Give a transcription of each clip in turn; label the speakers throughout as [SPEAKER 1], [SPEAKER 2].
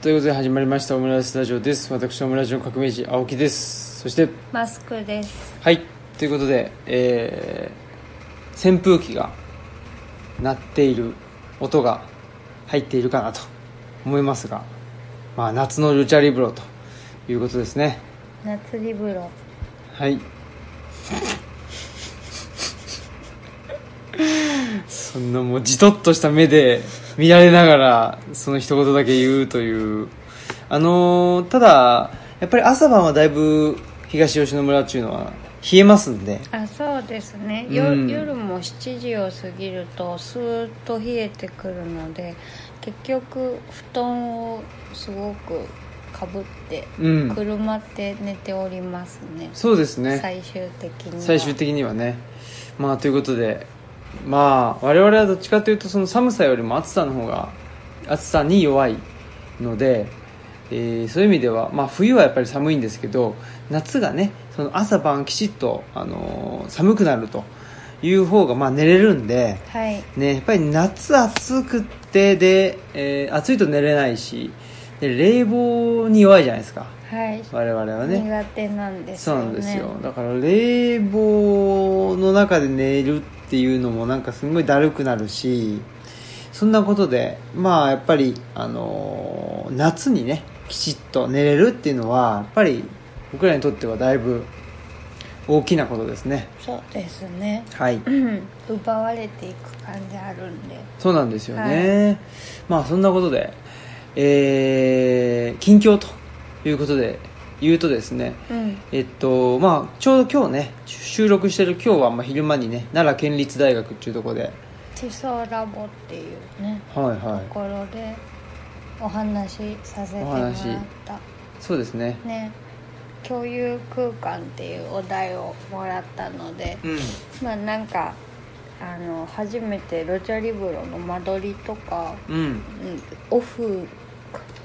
[SPEAKER 1] ということで始まりましたオムライスタジオです私オムラジオ革命児青木ですそして
[SPEAKER 2] マスクです
[SPEAKER 1] はいということで、えー、扇風機が鳴っている音が入っているかなと思いますが、まあ、夏のルチャリブロということですね
[SPEAKER 2] 夏リブロ
[SPEAKER 1] はい そんなもうじとっとした目で見られながらその一言だけ言うというあのーただやっぱり朝晩はだいぶ東吉野村っていうのは冷えますんで
[SPEAKER 2] あそうですね、よ
[SPEAKER 1] うん
[SPEAKER 2] 夜も7時を過ぎるとスーッと冷えてくるので結局布団をすごくかぶって、
[SPEAKER 1] うん
[SPEAKER 2] くるまって寝ておりますね
[SPEAKER 1] そうですね
[SPEAKER 2] 最終的には
[SPEAKER 1] 最終的にはねまあということでまあ我々はどっちかというとその寒さよりも暑さの方が暑さに弱いので、えーそういう意味では、まあ、冬はやっぱり寒いんですけど夏がねその朝晩きちっと、あのー寒くなるという方がまあ寝れるんで、
[SPEAKER 2] はい
[SPEAKER 1] ね、やっぱり夏暑くってで、えー暑いと寝れないしで冷房に弱いじゃないですか
[SPEAKER 2] はい、
[SPEAKER 1] 我々はね
[SPEAKER 2] 苦手なんです
[SPEAKER 1] そう
[SPEAKER 2] よね
[SPEAKER 1] なんですよだから冷房の中で寝るっていうのもなんかすごいだるくなるしそんなことでまあやっぱりあのー夏にねきちっと寝れるっていうのはやっぱり僕らにとってはだいぶ大きなことですね
[SPEAKER 2] そうですね
[SPEAKER 1] はい
[SPEAKER 2] うん奪われていく感じあるんで
[SPEAKER 1] そうなんですよね、まあそんなことでえー近況ということで言うとですね
[SPEAKER 2] うん
[SPEAKER 1] えっとまあ、ちょうど今日ね収録してる今日はまあ昼間にね奈良県立大学っていうところで、はい
[SPEAKER 2] 地層ラボっていうね
[SPEAKER 1] は
[SPEAKER 2] ところでお話しさせてもらった
[SPEAKER 1] い、そうですね、
[SPEAKER 2] ね共有空間っていうお題をもらったので、
[SPEAKER 1] うん、
[SPEAKER 2] まあなんかあの初めてロチャリブロの間取りとか、
[SPEAKER 1] うん、
[SPEAKER 2] うんオフ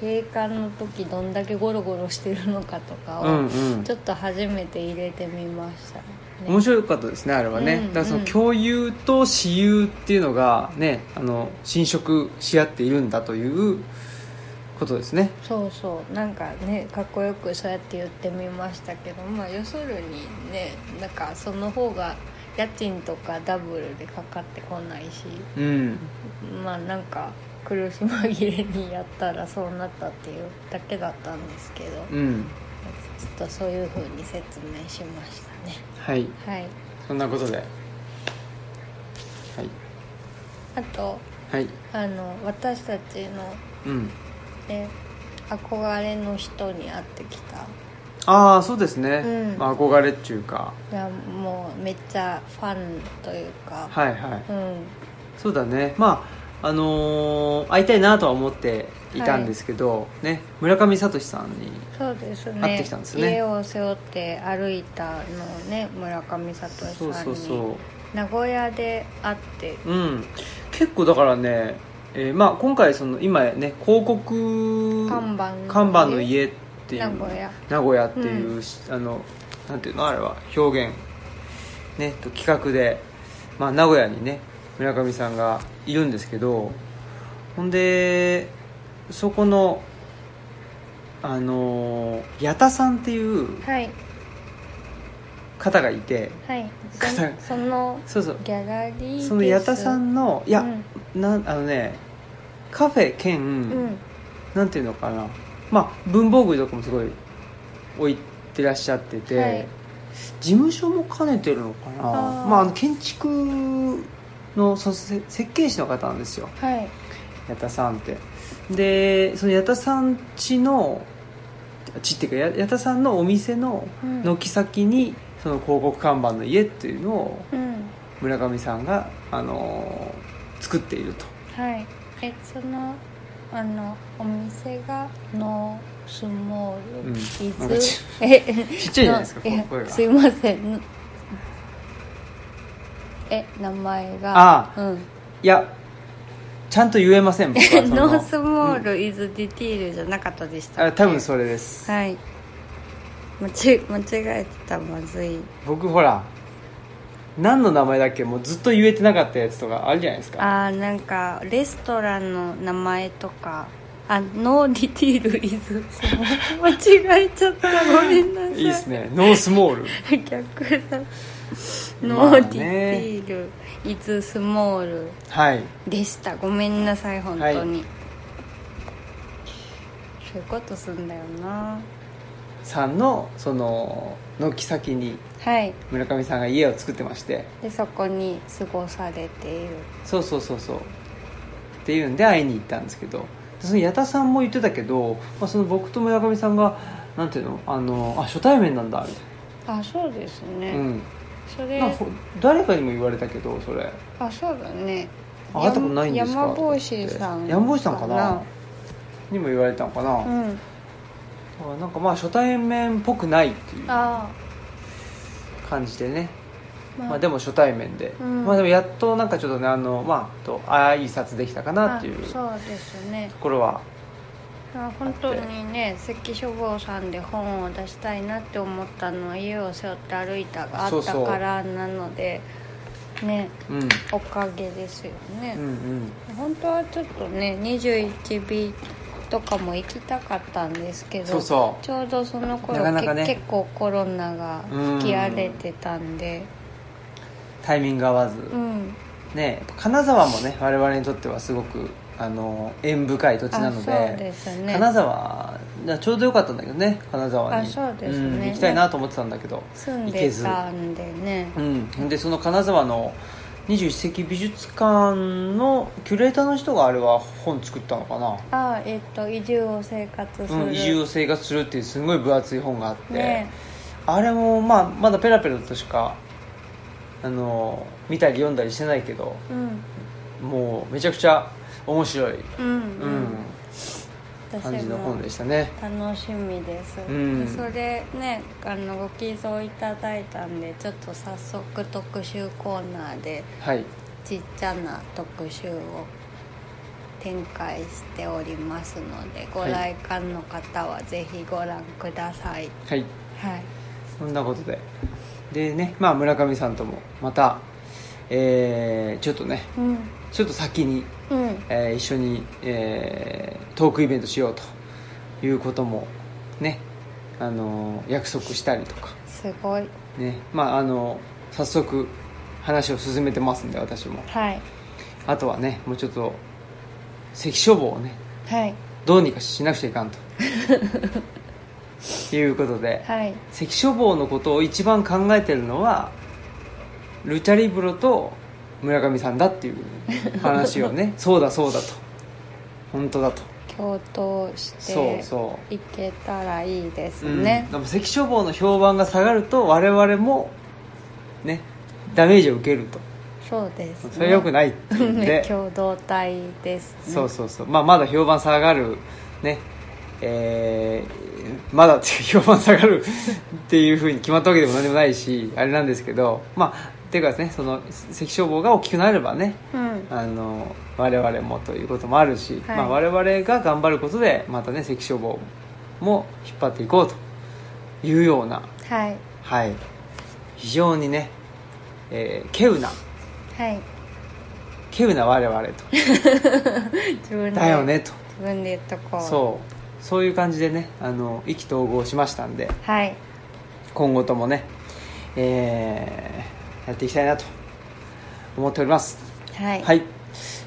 [SPEAKER 2] 閉館の時どんだけゴロゴロしてるのかとか
[SPEAKER 1] う
[SPEAKER 2] を
[SPEAKER 1] ん、うん
[SPEAKER 2] ち、ょっと初めて入れてみました
[SPEAKER 1] 面
[SPEAKER 2] ね。
[SPEAKER 1] 白かったですね、あれはね、
[SPEAKER 2] うん
[SPEAKER 1] だからその
[SPEAKER 2] うん
[SPEAKER 1] 共有と私有っていうのがね、あの侵食し合っているんだということですね、
[SPEAKER 2] そうそうなんかねかっこよくそうやって言ってみましたけどまあ要するにねなんかその方が家賃とかダブルでかかってこないし
[SPEAKER 1] うん、
[SPEAKER 2] まあなんか苦し紛れにやったらそうなったっていうだけだったんですけど、ちょ
[SPEAKER 1] うん、
[SPEAKER 2] っとそういう風に説明しましたね
[SPEAKER 1] はい、
[SPEAKER 2] はい
[SPEAKER 1] そんなことで、はい、
[SPEAKER 2] あと
[SPEAKER 1] はい、
[SPEAKER 2] あの私たちの、
[SPEAKER 1] うん、
[SPEAKER 2] ね、憧れの人に会ってきた
[SPEAKER 1] ああ、そうですね、
[SPEAKER 2] うん
[SPEAKER 1] まあ、憧れっていうか、
[SPEAKER 2] いやもうめっちゃファンというか、
[SPEAKER 1] はいはい。
[SPEAKER 2] うん
[SPEAKER 1] そうだねまああのー会いたいなとは思っていたんですけど、ね村上聡さんに
[SPEAKER 2] そうですね
[SPEAKER 1] 会ってきたんですよね
[SPEAKER 2] 家を背負って歩いたのをね村上聡さんに
[SPEAKER 1] そうそうそ
[SPEAKER 2] 名古屋で会って
[SPEAKER 1] ううん結構だからね、えーまあ、今回その今ね広告
[SPEAKER 2] 看板の家
[SPEAKER 1] 看板の家っていう
[SPEAKER 2] 名古屋
[SPEAKER 1] 名古屋っていう、あのなんていうのあれは表現ねと企画で、まあ、名古屋にね村上さんがいるんですけどほんでそこのあの矢田さんっていう
[SPEAKER 2] はい
[SPEAKER 1] 方がいて
[SPEAKER 2] はい
[SPEAKER 1] 方
[SPEAKER 2] そその
[SPEAKER 1] そうそう
[SPEAKER 2] ギャラリーです
[SPEAKER 1] その矢田さんのいや、
[SPEAKER 2] うん
[SPEAKER 1] なんあのねカフェ兼、
[SPEAKER 2] うん
[SPEAKER 1] なんていうのかなまあ文房具とかもすごい置いてらっしゃってて、
[SPEAKER 2] はい
[SPEAKER 1] 事務所も兼ねてるのかな
[SPEAKER 2] あー
[SPEAKER 1] まああの建築のそのせ設計士の方なんですよ
[SPEAKER 2] はい
[SPEAKER 1] 矢田さんってでその矢田さん家の地っていうかや矢田さんのお店の
[SPEAKER 2] うん
[SPEAKER 1] 軒先にその広告看板の家っていうのを
[SPEAKER 2] うん
[SPEAKER 1] 村上さんが、あのー作っていると
[SPEAKER 2] はいえそのあのお店がノースモー
[SPEAKER 1] う
[SPEAKER 2] ル、
[SPEAKER 1] ん
[SPEAKER 2] 伊
[SPEAKER 1] なん
[SPEAKER 2] 豆
[SPEAKER 1] かち
[SPEAKER 2] え
[SPEAKER 1] ちっちゃいじゃないですか
[SPEAKER 2] や
[SPEAKER 1] 声が
[SPEAKER 2] すいませんえ名前が
[SPEAKER 1] あ
[SPEAKER 2] うん
[SPEAKER 1] いやちゃんと言えません 僕はその
[SPEAKER 2] ノースモールイズディティールじゃなかったでしたっ
[SPEAKER 1] あ
[SPEAKER 2] け
[SPEAKER 1] 多分それです、
[SPEAKER 2] はい間ち間違えてたらまずい
[SPEAKER 1] 僕ほら何の名前だっけもうずっと言えてなかったやつとかあるじゃないですか
[SPEAKER 2] あーなんかレストランの名前とかあノーディティールイズ 間違えちゃったごめんなさい
[SPEAKER 1] いいですねノースモール
[SPEAKER 2] 逆
[SPEAKER 1] ま
[SPEAKER 2] だ
[SPEAKER 1] あね
[SPEAKER 2] ノーディティールイズスモール
[SPEAKER 1] はい
[SPEAKER 2] でしたごめんなさい本当に、
[SPEAKER 1] はい
[SPEAKER 2] そういうことすんだよな
[SPEAKER 1] さんのその軒先に
[SPEAKER 2] はい
[SPEAKER 1] 村上さんが家を作ってまして
[SPEAKER 2] でそこに過ごされている
[SPEAKER 1] そうそうそうそうっていうんで会いに行ったんですけどでその矢田さんも言ってたけど、まあ、その僕と村上さんがなんていうのあのあ初対面なんだみ
[SPEAKER 2] あそうです
[SPEAKER 1] た
[SPEAKER 2] ね、
[SPEAKER 1] いな、うん
[SPEAKER 2] それ
[SPEAKER 1] なんかほ誰かにも言われたけどそれ
[SPEAKER 2] あそうだね
[SPEAKER 1] あ会ったことないんですか
[SPEAKER 2] 山坊主さん
[SPEAKER 1] 山坊主さんかなにも言われたのかな、だ
[SPEAKER 2] うん
[SPEAKER 1] からなんかまあ初対面っぽくないっていう
[SPEAKER 2] あ
[SPEAKER 1] 感じでね
[SPEAKER 2] ー、ま
[SPEAKER 1] まあ、でも初対面で、
[SPEAKER 2] うん
[SPEAKER 1] まあでもやっとなんかちょっとねあのまあと挨拶できたかなっていう
[SPEAKER 2] あそうですね
[SPEAKER 1] ところは
[SPEAKER 2] あ本当にね関書房さんで本を出したいなって思ったのは家を背負って歩いたがあ
[SPEAKER 1] そう
[SPEAKER 2] っ
[SPEAKER 1] そう
[SPEAKER 2] たからなのでね
[SPEAKER 1] うんうん
[SPEAKER 2] おかげですよね、
[SPEAKER 1] うん
[SPEAKER 2] 本当はちょっとね 21B とかも行きたかったんですけど
[SPEAKER 1] そうそ
[SPEAKER 2] ちょうどその頃
[SPEAKER 1] なかなかね
[SPEAKER 2] け結構コロナが吹き荒れてたんで
[SPEAKER 1] うタイミング合わず、
[SPEAKER 2] うん
[SPEAKER 1] ねやっぱ金沢もね我々にとってはすごくあの縁深い土地な
[SPEAKER 2] あ
[SPEAKER 1] の
[SPEAKER 2] そう
[SPEAKER 1] で
[SPEAKER 2] ですね
[SPEAKER 1] 金沢がちょうどよかったんだけどね金沢に
[SPEAKER 2] あそうですね
[SPEAKER 1] ん行きたいなと思ってたんだけど
[SPEAKER 2] 住ん
[SPEAKER 1] 行け
[SPEAKER 2] で
[SPEAKER 1] ず
[SPEAKER 2] たんでね
[SPEAKER 1] うん、でその金沢の21世紀美術館のキュレーターの人があれは本作ったのかな
[SPEAKER 2] あえっと移住を生活する、
[SPEAKER 1] うん、移住を生活するっていうすごい分厚い本があって、
[SPEAKER 2] ね
[SPEAKER 1] あれも、まあ、まだペラペラとしかあの見たり読んだりしてないけど
[SPEAKER 2] うん
[SPEAKER 1] もうめちゃくちゃ面白い、
[SPEAKER 2] う
[SPEAKER 1] う
[SPEAKER 2] んうんん、
[SPEAKER 1] 感
[SPEAKER 2] 私
[SPEAKER 1] じの
[SPEAKER 2] も
[SPEAKER 1] 本でしたね
[SPEAKER 2] 楽しみです、
[SPEAKER 1] うん
[SPEAKER 2] でそれねあのご寄贈いただいたんでちょっと早速特集コーナーで
[SPEAKER 1] はい
[SPEAKER 2] ちっちゃな特集を展開しておりますのでご来館の方はぜひご覧ください
[SPEAKER 1] はい
[SPEAKER 2] はい
[SPEAKER 1] そんなことででね、まあ、村上さんともまた、えーちょっとね
[SPEAKER 2] うん
[SPEAKER 1] ちょっと先に、
[SPEAKER 2] うん
[SPEAKER 1] えー一緒に、えートークイベントしようということもねあの約束したりとか
[SPEAKER 2] すごい
[SPEAKER 1] ねまああの早速話を進めてますんで私も
[SPEAKER 2] はい
[SPEAKER 1] あとはねもうちょっと関消防をね
[SPEAKER 2] はい
[SPEAKER 1] どうにかしなくちゃいかん ということで、
[SPEAKER 2] はい
[SPEAKER 1] 関消防のことを一番考えてるのはルチャリブロと村上さんだっていう話を ねそうだそうだと本当だと
[SPEAKER 2] 共闘し
[SPEAKER 1] そう
[SPEAKER 2] て
[SPEAKER 1] そ
[SPEAKER 2] いけたらいいです
[SPEAKER 1] う、うん
[SPEAKER 2] ね、
[SPEAKER 1] でも関消防の評判が下がると我々もねダメージを受けると
[SPEAKER 2] そうです、ね、
[SPEAKER 1] それよくないっていうんで、
[SPEAKER 2] ね 共同体です、ね、
[SPEAKER 1] そうそうそう、まあ、まだ評判下がるねえーまだっていう評判下がる っていうふうに決まったわけでも何でもないしあれなんですけどまあっていうかですねその関消防が大きくなればね
[SPEAKER 2] うん
[SPEAKER 1] あの我々もということもあるし、
[SPEAKER 2] はい
[SPEAKER 1] まあ、我々が頑張ることでまたね関消防も引っ張っていこうというような、
[SPEAKER 2] はい
[SPEAKER 1] はい、非常にね、えー、稀有な
[SPEAKER 2] はい
[SPEAKER 1] 稀有な我々と
[SPEAKER 2] 自分で
[SPEAKER 1] だよねと。
[SPEAKER 2] 自分で言っとこう
[SPEAKER 1] そうそういう感じでねあの意気投合しましたんで
[SPEAKER 2] はい
[SPEAKER 1] 今後ともね、えーやっていきたいなと思っております
[SPEAKER 2] はい、
[SPEAKER 1] はい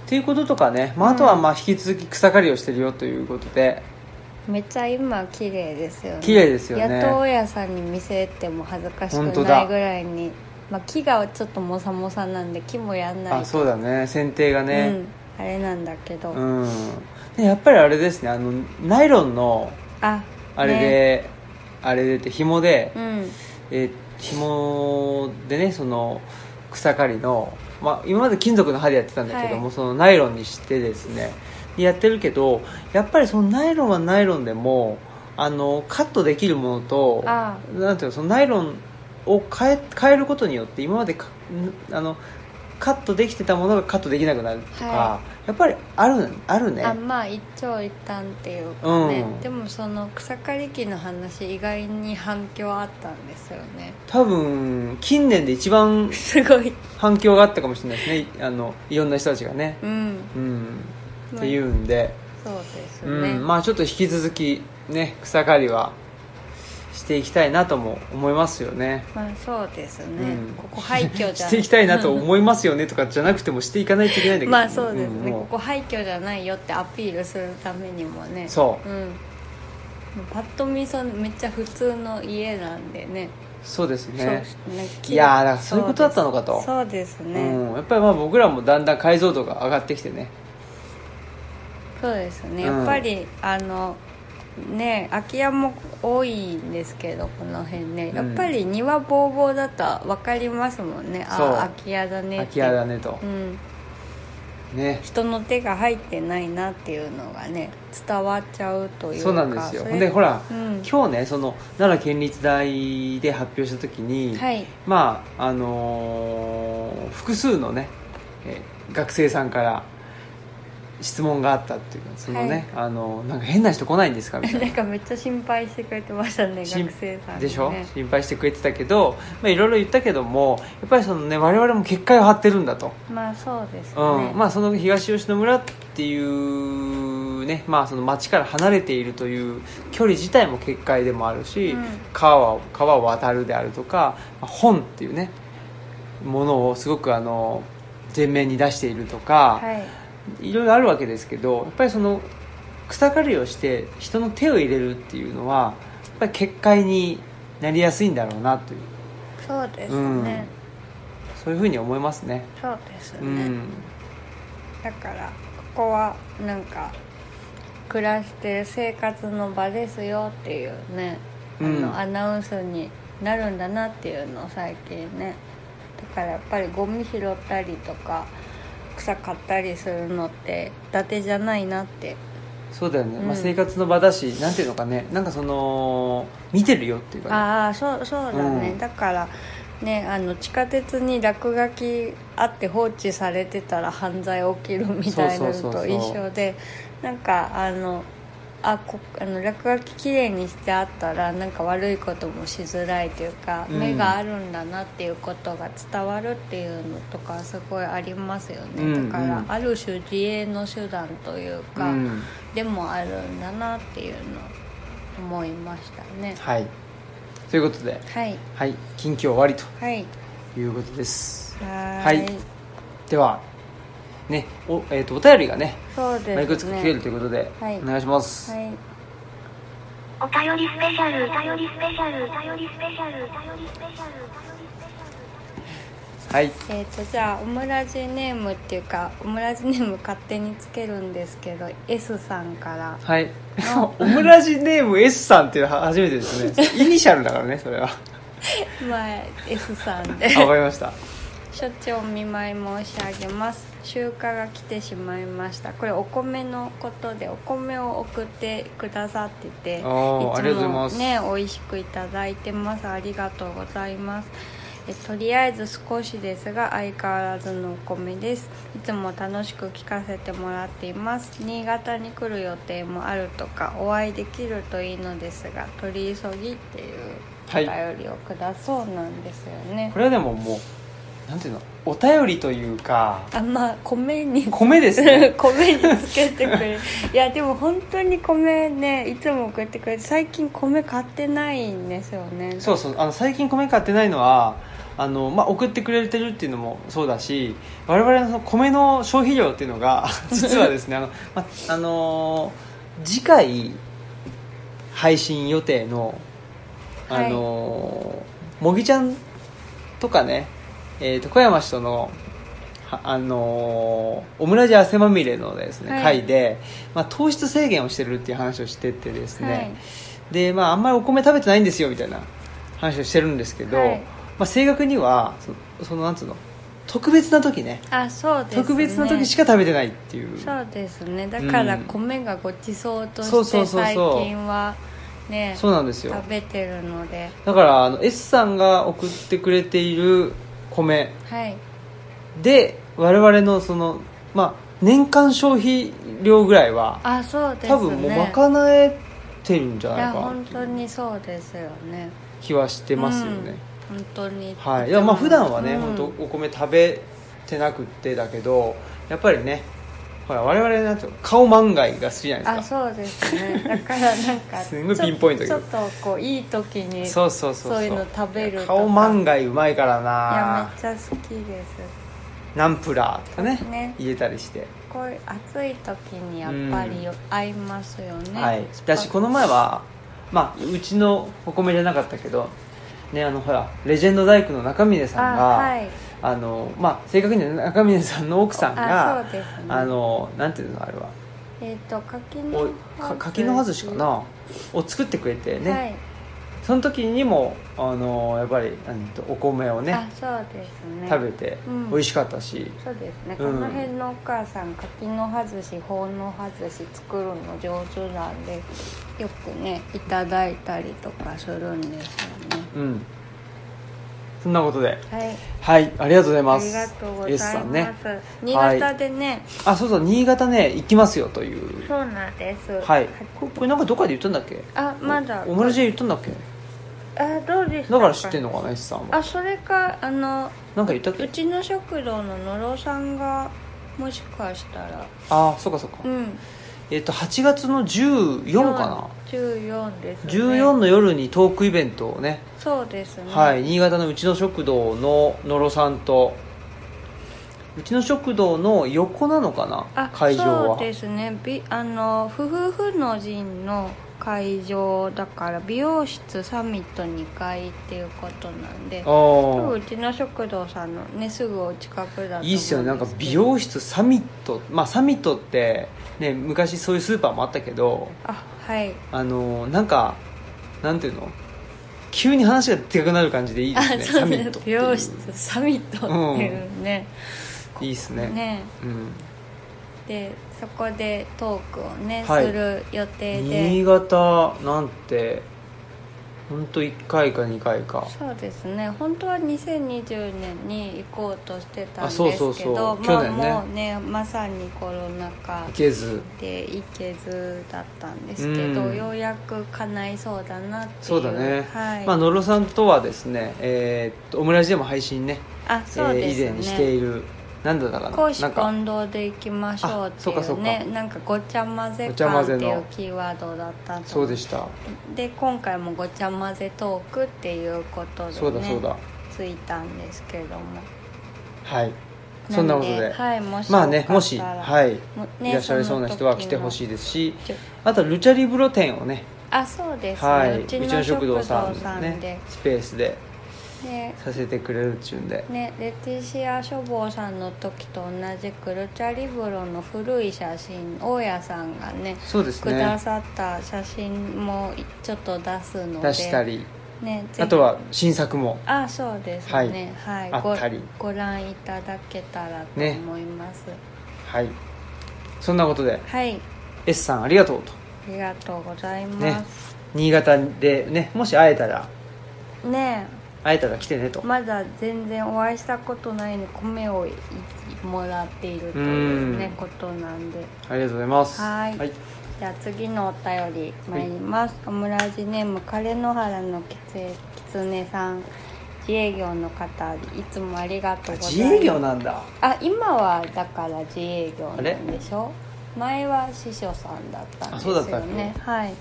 [SPEAKER 1] ということとかね、まあ、あとはまあ引き続き草刈りをしてるよということで、
[SPEAKER 2] めっちゃ今綺麗ですよね
[SPEAKER 1] 綺麗ですよね
[SPEAKER 2] やっと大家さんに見せても恥ずかし
[SPEAKER 1] 本当
[SPEAKER 2] くな
[SPEAKER 1] だ
[SPEAKER 2] いぐらいに、まあ、木がちょっとモサモサなんで木もやんない
[SPEAKER 1] あそうだね剪定が
[SPEAKER 2] う
[SPEAKER 1] ね
[SPEAKER 2] ん、あれなんだけど、
[SPEAKER 1] うん、でやっぱりあれですねあのナイロンの
[SPEAKER 2] あ
[SPEAKER 1] あれで、
[SPEAKER 2] ね
[SPEAKER 1] あれでって紐で、
[SPEAKER 2] うん
[SPEAKER 1] えー紐でねその草刈りの、まあ、今まで金属の刃でやってたんだけども、
[SPEAKER 2] は
[SPEAKER 1] そのナイロンにしてですねやってるけどやっぱりそのナイロンはナイロンでもあのカットできるものと
[SPEAKER 2] あ
[SPEAKER 1] なんていうのそのナイロンを変え変えることによって今までかんあのカットできてたものがカットできなくなるとか、
[SPEAKER 2] は
[SPEAKER 1] やっぱりあるあるね
[SPEAKER 2] あまあ一長一短っていうかね、
[SPEAKER 1] うん
[SPEAKER 2] でもその草刈り機の話意外に反響あったんですよね
[SPEAKER 1] 多分近年で一番
[SPEAKER 2] すごい
[SPEAKER 1] 反響があったかもしれないですねあのいろんな人たちがね
[SPEAKER 2] うん
[SPEAKER 1] うん、
[SPEAKER 2] まあ
[SPEAKER 1] っていうんで
[SPEAKER 2] そうです
[SPEAKER 1] う
[SPEAKER 2] ね、
[SPEAKER 1] ん、まあちょっと引き続きね草刈りはしていきたいなとも思いますよね
[SPEAKER 2] まあそうですね、
[SPEAKER 1] うん
[SPEAKER 2] ここ廃墟じゃ
[SPEAKER 1] していきたいなと思いますよねとかじゃなくてもしていかないといけないんだけど
[SPEAKER 2] まあそうです
[SPEAKER 1] ん
[SPEAKER 2] ね、
[SPEAKER 1] もう
[SPEAKER 2] ここ廃墟じゃないよってアピールするためにもね
[SPEAKER 1] そう
[SPEAKER 2] うんパッと見そのめっちゃ普通の家なんでね
[SPEAKER 1] そうですね
[SPEAKER 2] そうね
[SPEAKER 1] いやーだからそういうことだったのかと
[SPEAKER 2] そうですそうです
[SPEAKER 1] う
[SPEAKER 2] ね、
[SPEAKER 1] ん、やっぱりまあ僕らもだんだん解像度が上がってきてね
[SPEAKER 2] そうですね
[SPEAKER 1] うん
[SPEAKER 2] やっぱり、あのね空き家も多いんですけどこの辺ねやっぱり庭ぼうぼうだと分かりますもんね、あ
[SPEAKER 1] そう
[SPEAKER 2] あ空き家だね
[SPEAKER 1] 空
[SPEAKER 2] って
[SPEAKER 1] き家だねと
[SPEAKER 2] う、ん
[SPEAKER 1] ね
[SPEAKER 2] 人の手が入ってないなっていうのがね伝わっちゃうというか
[SPEAKER 1] そうなんですよ
[SPEAKER 2] そ
[SPEAKER 1] ほ
[SPEAKER 2] れ
[SPEAKER 1] んでほら、
[SPEAKER 2] うん
[SPEAKER 1] 今日ねその奈良県立大で発表した時に、
[SPEAKER 2] はい
[SPEAKER 1] まああのー複数のね、えー学生さんから質問があったっていうかそのね、あのーなんか変な人来ないんですか みたいな
[SPEAKER 2] な
[SPEAKER 1] ん
[SPEAKER 2] かめっちゃ心配してくれてましたね
[SPEAKER 1] 心
[SPEAKER 2] 学生さん、ね、
[SPEAKER 1] でしょ心配してくれてたけどまあいろいろ言ったけどもやっぱりそのね我々も結界を張ってるんだと、
[SPEAKER 2] まあそうですね、
[SPEAKER 1] うんまあ、その東吉野村っていうね、まあ、その町から離れているという距離自体も結界でもあるし、
[SPEAKER 2] うん
[SPEAKER 1] 川を川を渡るであるとかまあ本っていうねものをすごくあの前面に出しているとか、
[SPEAKER 2] はい
[SPEAKER 1] いろいろあるわけですけどやっぱりその草刈りをして人の手を入れるっていうのはやっぱり結界になりやすいんだろうなという
[SPEAKER 2] そうですね、
[SPEAKER 1] うんそういうふうに思いますね。
[SPEAKER 2] そうですね、
[SPEAKER 1] うん、
[SPEAKER 2] だからここはなんか暮らしてる生活の場ですよっていうね、
[SPEAKER 1] うん
[SPEAKER 2] あのアナウンスになるんだなっていうのを最近ねだからやっぱりゴミ拾ったりとか草刈ったりするのって伊達じゃないなって
[SPEAKER 1] そうだよね、まあ、
[SPEAKER 2] うん
[SPEAKER 1] 生活の場だし、なんていうのかねなんかその見てるよっていうか、ね、
[SPEAKER 2] ああそうそうだね、
[SPEAKER 1] うん
[SPEAKER 2] だからねあの地下鉄に落書きあって放置されてたら犯罪起きるみたいなの
[SPEAKER 1] そうそうそうそ
[SPEAKER 2] と
[SPEAKER 1] う
[SPEAKER 2] 一緒でなんかあのあこあの落書ききれいにしてあったらなんか悪いこともしづらいというか、
[SPEAKER 1] うん
[SPEAKER 2] 目があるんだなっていうことが伝わるっていうのとかすごいありますよね、
[SPEAKER 1] うん
[SPEAKER 2] だから、
[SPEAKER 1] うん
[SPEAKER 2] ある種自衛の手段という
[SPEAKER 1] う
[SPEAKER 2] か、
[SPEAKER 1] ん、
[SPEAKER 2] でもあるんだなっていうのを思いましたね。
[SPEAKER 1] はいということで
[SPEAKER 2] はい
[SPEAKER 1] はい近況終わりと
[SPEAKER 2] はい。
[SPEAKER 1] いうことです
[SPEAKER 2] は
[SPEAKER 1] はいではねお,、えー、とお便りがね
[SPEAKER 2] そうですね。
[SPEAKER 1] まあいくつか来てるということで、
[SPEAKER 2] はい
[SPEAKER 1] お願いします、
[SPEAKER 2] はい。
[SPEAKER 3] お便りスペシャル、お便りスペシャル、お便りスペシャル、お便りスペシャル、お便りスペシャル。
[SPEAKER 1] はい
[SPEAKER 2] えっ、とじゃあオムラジネームっていうかオムラジネーム勝手につけるんですけど S さんから
[SPEAKER 1] はい オムラジネーム S さんっていうのは初めてですねイニシャルだからねそ れは
[SPEAKER 2] まあ S さんで
[SPEAKER 1] あわかりました
[SPEAKER 2] 処置をお見舞い申し上げます集荷が来てしまいましたこれお米のことでお米を送ってくださってていつ
[SPEAKER 1] あーありがとうござい
[SPEAKER 2] も
[SPEAKER 1] ます
[SPEAKER 2] ね美味しくいただいてますありがとうございますえとりあえず少しですが相変わらずのお米ですいつも楽しく聞かせてもらっています新潟に来る予定もあるとかお会いできるといいのですが取り急ぎっていう
[SPEAKER 1] はい
[SPEAKER 2] お便りをくだそうなんですよね、
[SPEAKER 1] これはでももうなんていうのお便りというか
[SPEAKER 2] あまあ米に
[SPEAKER 1] 米ですね
[SPEAKER 2] 米につけてくれるいやでも本当に米ねいつも送ってくれて最近米買ってないんですよね
[SPEAKER 1] そうそうあの最近米買ってないのはあの、まあ、送ってくれてるっていうのもそうだし我々のその米の消費量っていうの が実はですねあの、まああのー次回配信予定の、あ
[SPEAKER 2] はい
[SPEAKER 1] のーもぎちゃんとかね、えーと小山氏とのはあのーオムラジ汗まみれのですね、
[SPEAKER 2] はい
[SPEAKER 1] 回で、まあ、糖質制限をしてるっていう話をしててですね、
[SPEAKER 2] はい
[SPEAKER 1] で、まあ、あんまりお米食べてないんですよみたいな話をしてるんですけど、
[SPEAKER 2] はい
[SPEAKER 1] まあ、正確にはそそのなんつうの特別な時ね
[SPEAKER 2] あそうですね
[SPEAKER 1] 特別な時しか食べてないっていう
[SPEAKER 2] そうですねだから
[SPEAKER 1] うん
[SPEAKER 2] 米がごちそうと
[SPEAKER 1] そう
[SPEAKER 2] し
[SPEAKER 1] そう
[SPEAKER 2] て
[SPEAKER 1] そうそう
[SPEAKER 2] 最近はね
[SPEAKER 1] そうなんですよ
[SPEAKER 2] 食べてるので
[SPEAKER 1] だからあの S さんが送ってくれている米
[SPEAKER 2] はい
[SPEAKER 1] で我々のその、まあ、年間消費量ぐらいは
[SPEAKER 2] あそうですね
[SPEAKER 1] 多分もう賄えてるんじゃ
[SPEAKER 2] い
[SPEAKER 1] ない
[SPEAKER 2] や
[SPEAKER 1] か
[SPEAKER 2] 本当にそうですよね
[SPEAKER 1] 気はしてますよね、
[SPEAKER 2] 本当に
[SPEAKER 1] はい、いやまあ普段はね、
[SPEAKER 2] うん
[SPEAKER 1] 本当お米食べてなくってだけどやっぱりねほら我々なんていうの顔漫外が好きじゃない
[SPEAKER 2] あ
[SPEAKER 1] ですか
[SPEAKER 2] そうですねだからなんか
[SPEAKER 1] すごいピンポイント
[SPEAKER 2] ちょっとちょっとこういい時にや
[SPEAKER 1] そうそうそう
[SPEAKER 2] そういうの食べるとか
[SPEAKER 1] 顔漫外うまいから
[SPEAKER 2] め
[SPEAKER 1] な
[SPEAKER 2] っちゃ好きです
[SPEAKER 1] ナンプラーとかね
[SPEAKER 2] ね
[SPEAKER 1] 入れたりして、
[SPEAKER 2] こういう暑い時にやっぱりよ合いますよね
[SPEAKER 1] はいだしこの前はまあうちのお米じゃなかったけどねあのほらレジェンド大工の中峰さん
[SPEAKER 2] あ
[SPEAKER 1] があ、
[SPEAKER 2] はい
[SPEAKER 1] のまあ正確には中峰さんの奥さんが
[SPEAKER 2] あそうですね
[SPEAKER 1] あのなんていうのあれは
[SPEAKER 2] えっ、と柿
[SPEAKER 1] お
[SPEAKER 2] の
[SPEAKER 1] か柿の葉寿司かなを作ってくれてね、
[SPEAKER 2] はい
[SPEAKER 1] その時にもあのやっぱり何とお米を
[SPEAKER 2] あ
[SPEAKER 1] ね
[SPEAKER 2] そうですね
[SPEAKER 1] 食べて
[SPEAKER 2] うん
[SPEAKER 1] 美味しかったし、
[SPEAKER 2] そうですね、
[SPEAKER 1] うん
[SPEAKER 2] この辺のお母さん柿の葉寿司法の葉寿司作るの上手なんでよくねいただいたりとかするんですよね
[SPEAKER 1] うんそんなことで
[SPEAKER 2] はい
[SPEAKER 1] はいありがとうござい
[SPEAKER 2] あ
[SPEAKER 1] ます
[SPEAKER 2] りがとうござい
[SPEAKER 1] エ
[SPEAKER 2] ま
[SPEAKER 1] ス
[SPEAKER 2] す
[SPEAKER 1] さんね
[SPEAKER 2] 新潟でね、
[SPEAKER 1] あそうそう新潟ね行きますよという
[SPEAKER 2] そうなんです
[SPEAKER 1] はいここれなんかどっかで言ったんだっけ
[SPEAKER 2] あまだ
[SPEAKER 1] オムラジで言ったんだっけ
[SPEAKER 2] あどうでした
[SPEAKER 1] だから知ってんのかなエスさんは
[SPEAKER 2] あそれかあの
[SPEAKER 1] なんか言ったっ
[SPEAKER 2] う
[SPEAKER 1] け
[SPEAKER 2] ちの食堂の野呂さんがもしかしたら
[SPEAKER 1] あそうかそうか、
[SPEAKER 2] うん
[SPEAKER 1] えっと8月の14か
[SPEAKER 2] 14です
[SPEAKER 1] な
[SPEAKER 2] ね
[SPEAKER 1] 14の夜にトークイベントをね
[SPEAKER 2] そうですね
[SPEAKER 1] はい、新潟のうちの食堂の野呂さんとうちの食堂の横なのかな
[SPEAKER 2] あ
[SPEAKER 1] 会場は
[SPEAKER 2] そうですねびあのふふふの陣の会場だから美容室サミット2階っていうことなんで多分
[SPEAKER 1] あ
[SPEAKER 2] うちの食堂さんのねすぐお近くだと思うん
[SPEAKER 1] あ
[SPEAKER 2] けど
[SPEAKER 1] いいっすよねなんか美容室サミットまあサミットってね昔そういうスーパーもあったけど
[SPEAKER 2] あはい
[SPEAKER 1] あのーなんかなんていうの急に話がでかくなる感じでいいで
[SPEAKER 2] あ
[SPEAKER 1] すね
[SPEAKER 2] そ
[SPEAKER 1] サ
[SPEAKER 2] う
[SPEAKER 1] ミ
[SPEAKER 2] で
[SPEAKER 1] ットっ
[SPEAKER 2] す
[SPEAKER 1] て
[SPEAKER 2] 美
[SPEAKER 1] いう
[SPEAKER 2] 容室サミットっていうね、
[SPEAKER 1] いいっすね
[SPEAKER 2] ね
[SPEAKER 1] うん、
[SPEAKER 2] でそこでトークをね、
[SPEAKER 1] はい
[SPEAKER 2] する予定
[SPEAKER 1] 新
[SPEAKER 2] で
[SPEAKER 1] 潟なんて本当1回か2回か
[SPEAKER 2] そうですね本当は2020年に行こうとしてたん
[SPEAKER 1] あ
[SPEAKER 2] です
[SPEAKER 1] そうそう
[SPEAKER 2] け
[SPEAKER 1] そう
[SPEAKER 2] ど
[SPEAKER 1] 去
[SPEAKER 2] まあ
[SPEAKER 1] 年ね
[SPEAKER 2] もうねまさにコロナ禍
[SPEAKER 1] 行けず
[SPEAKER 2] で行けずだったんですけど、
[SPEAKER 1] うん
[SPEAKER 2] ようやく叶いそうだなっていう
[SPEAKER 1] そうだね、
[SPEAKER 2] はい
[SPEAKER 1] まあ、野呂さんとはですね、えーっとオムラジでも配信ね
[SPEAKER 2] あそ
[SPEAKER 1] え
[SPEAKER 2] う
[SPEAKER 1] ー
[SPEAKER 2] ですね、
[SPEAKER 1] 以前にしているなんだったかな
[SPEAKER 2] 公私
[SPEAKER 1] なんか
[SPEAKER 2] 混同で行きましょうってい
[SPEAKER 1] あそう
[SPEAKER 2] う
[SPEAKER 1] か
[SPEAKER 2] ね
[SPEAKER 1] そう
[SPEAKER 2] なんかごちゃ混ぜ
[SPEAKER 1] ごちゃ
[SPEAKER 2] 感
[SPEAKER 1] 混
[SPEAKER 2] って
[SPEAKER 1] ぜの
[SPEAKER 2] いうキーワードだったと
[SPEAKER 1] そうで
[SPEAKER 2] し
[SPEAKER 1] した
[SPEAKER 2] で今回もごちゃ混ぜトークっていうことで、ね、
[SPEAKER 1] そうだそうだ
[SPEAKER 2] ついたんですけども
[SPEAKER 1] はいそんなこと
[SPEAKER 2] の
[SPEAKER 1] で、
[SPEAKER 2] はい、もし
[SPEAKER 1] まあねも
[SPEAKER 2] よ
[SPEAKER 1] し、
[SPEAKER 2] かったら
[SPEAKER 1] はい
[SPEAKER 2] も
[SPEAKER 1] いらっしゃいそうな人は来てほ
[SPEAKER 2] い
[SPEAKER 1] しいですし
[SPEAKER 2] ちょ
[SPEAKER 1] あとはルチャリブロ店をね
[SPEAKER 2] あそうですね、
[SPEAKER 1] はいう
[SPEAKER 2] ちの食堂さんで
[SPEAKER 1] ねスペースで
[SPEAKER 2] で
[SPEAKER 1] させてくれるっちゅうんで
[SPEAKER 2] ね、レティシア書房さんの時と同じくルチャリブロの古い写真大家さんがね
[SPEAKER 1] そうです
[SPEAKER 2] くだ
[SPEAKER 1] ね
[SPEAKER 2] さった写真もちょっと出すので
[SPEAKER 1] 出したり
[SPEAKER 2] ね、ぜひ
[SPEAKER 1] あとは新作も
[SPEAKER 2] あそうですねはい、
[SPEAKER 1] あったり
[SPEAKER 2] ごご覧いただけたらと思います、
[SPEAKER 1] はいそんなことで
[SPEAKER 2] はい
[SPEAKER 1] S さんありがとうと
[SPEAKER 2] ありがとうございま
[SPEAKER 1] ね
[SPEAKER 2] す
[SPEAKER 1] 新潟でねもし会えたら
[SPEAKER 2] ね
[SPEAKER 1] 会えたら来てねと
[SPEAKER 2] まだ全然お会いしたことないのに米をいもらっているというね
[SPEAKER 1] うん
[SPEAKER 2] ことなんで
[SPEAKER 1] ありがとうございます
[SPEAKER 2] はい
[SPEAKER 1] はい
[SPEAKER 2] じゃあ次のお便り参ります、オムラジネーム枯野原のきつえきつねさん自営業の方いつもありがとうござい
[SPEAKER 1] 自
[SPEAKER 2] ます
[SPEAKER 1] 営業なんだ
[SPEAKER 2] あ今はだから自営業なんでしょ前は司書さんだったんで
[SPEAKER 1] あ
[SPEAKER 2] す
[SPEAKER 1] そうだ
[SPEAKER 2] よ
[SPEAKER 1] ったっ
[SPEAKER 2] ね はい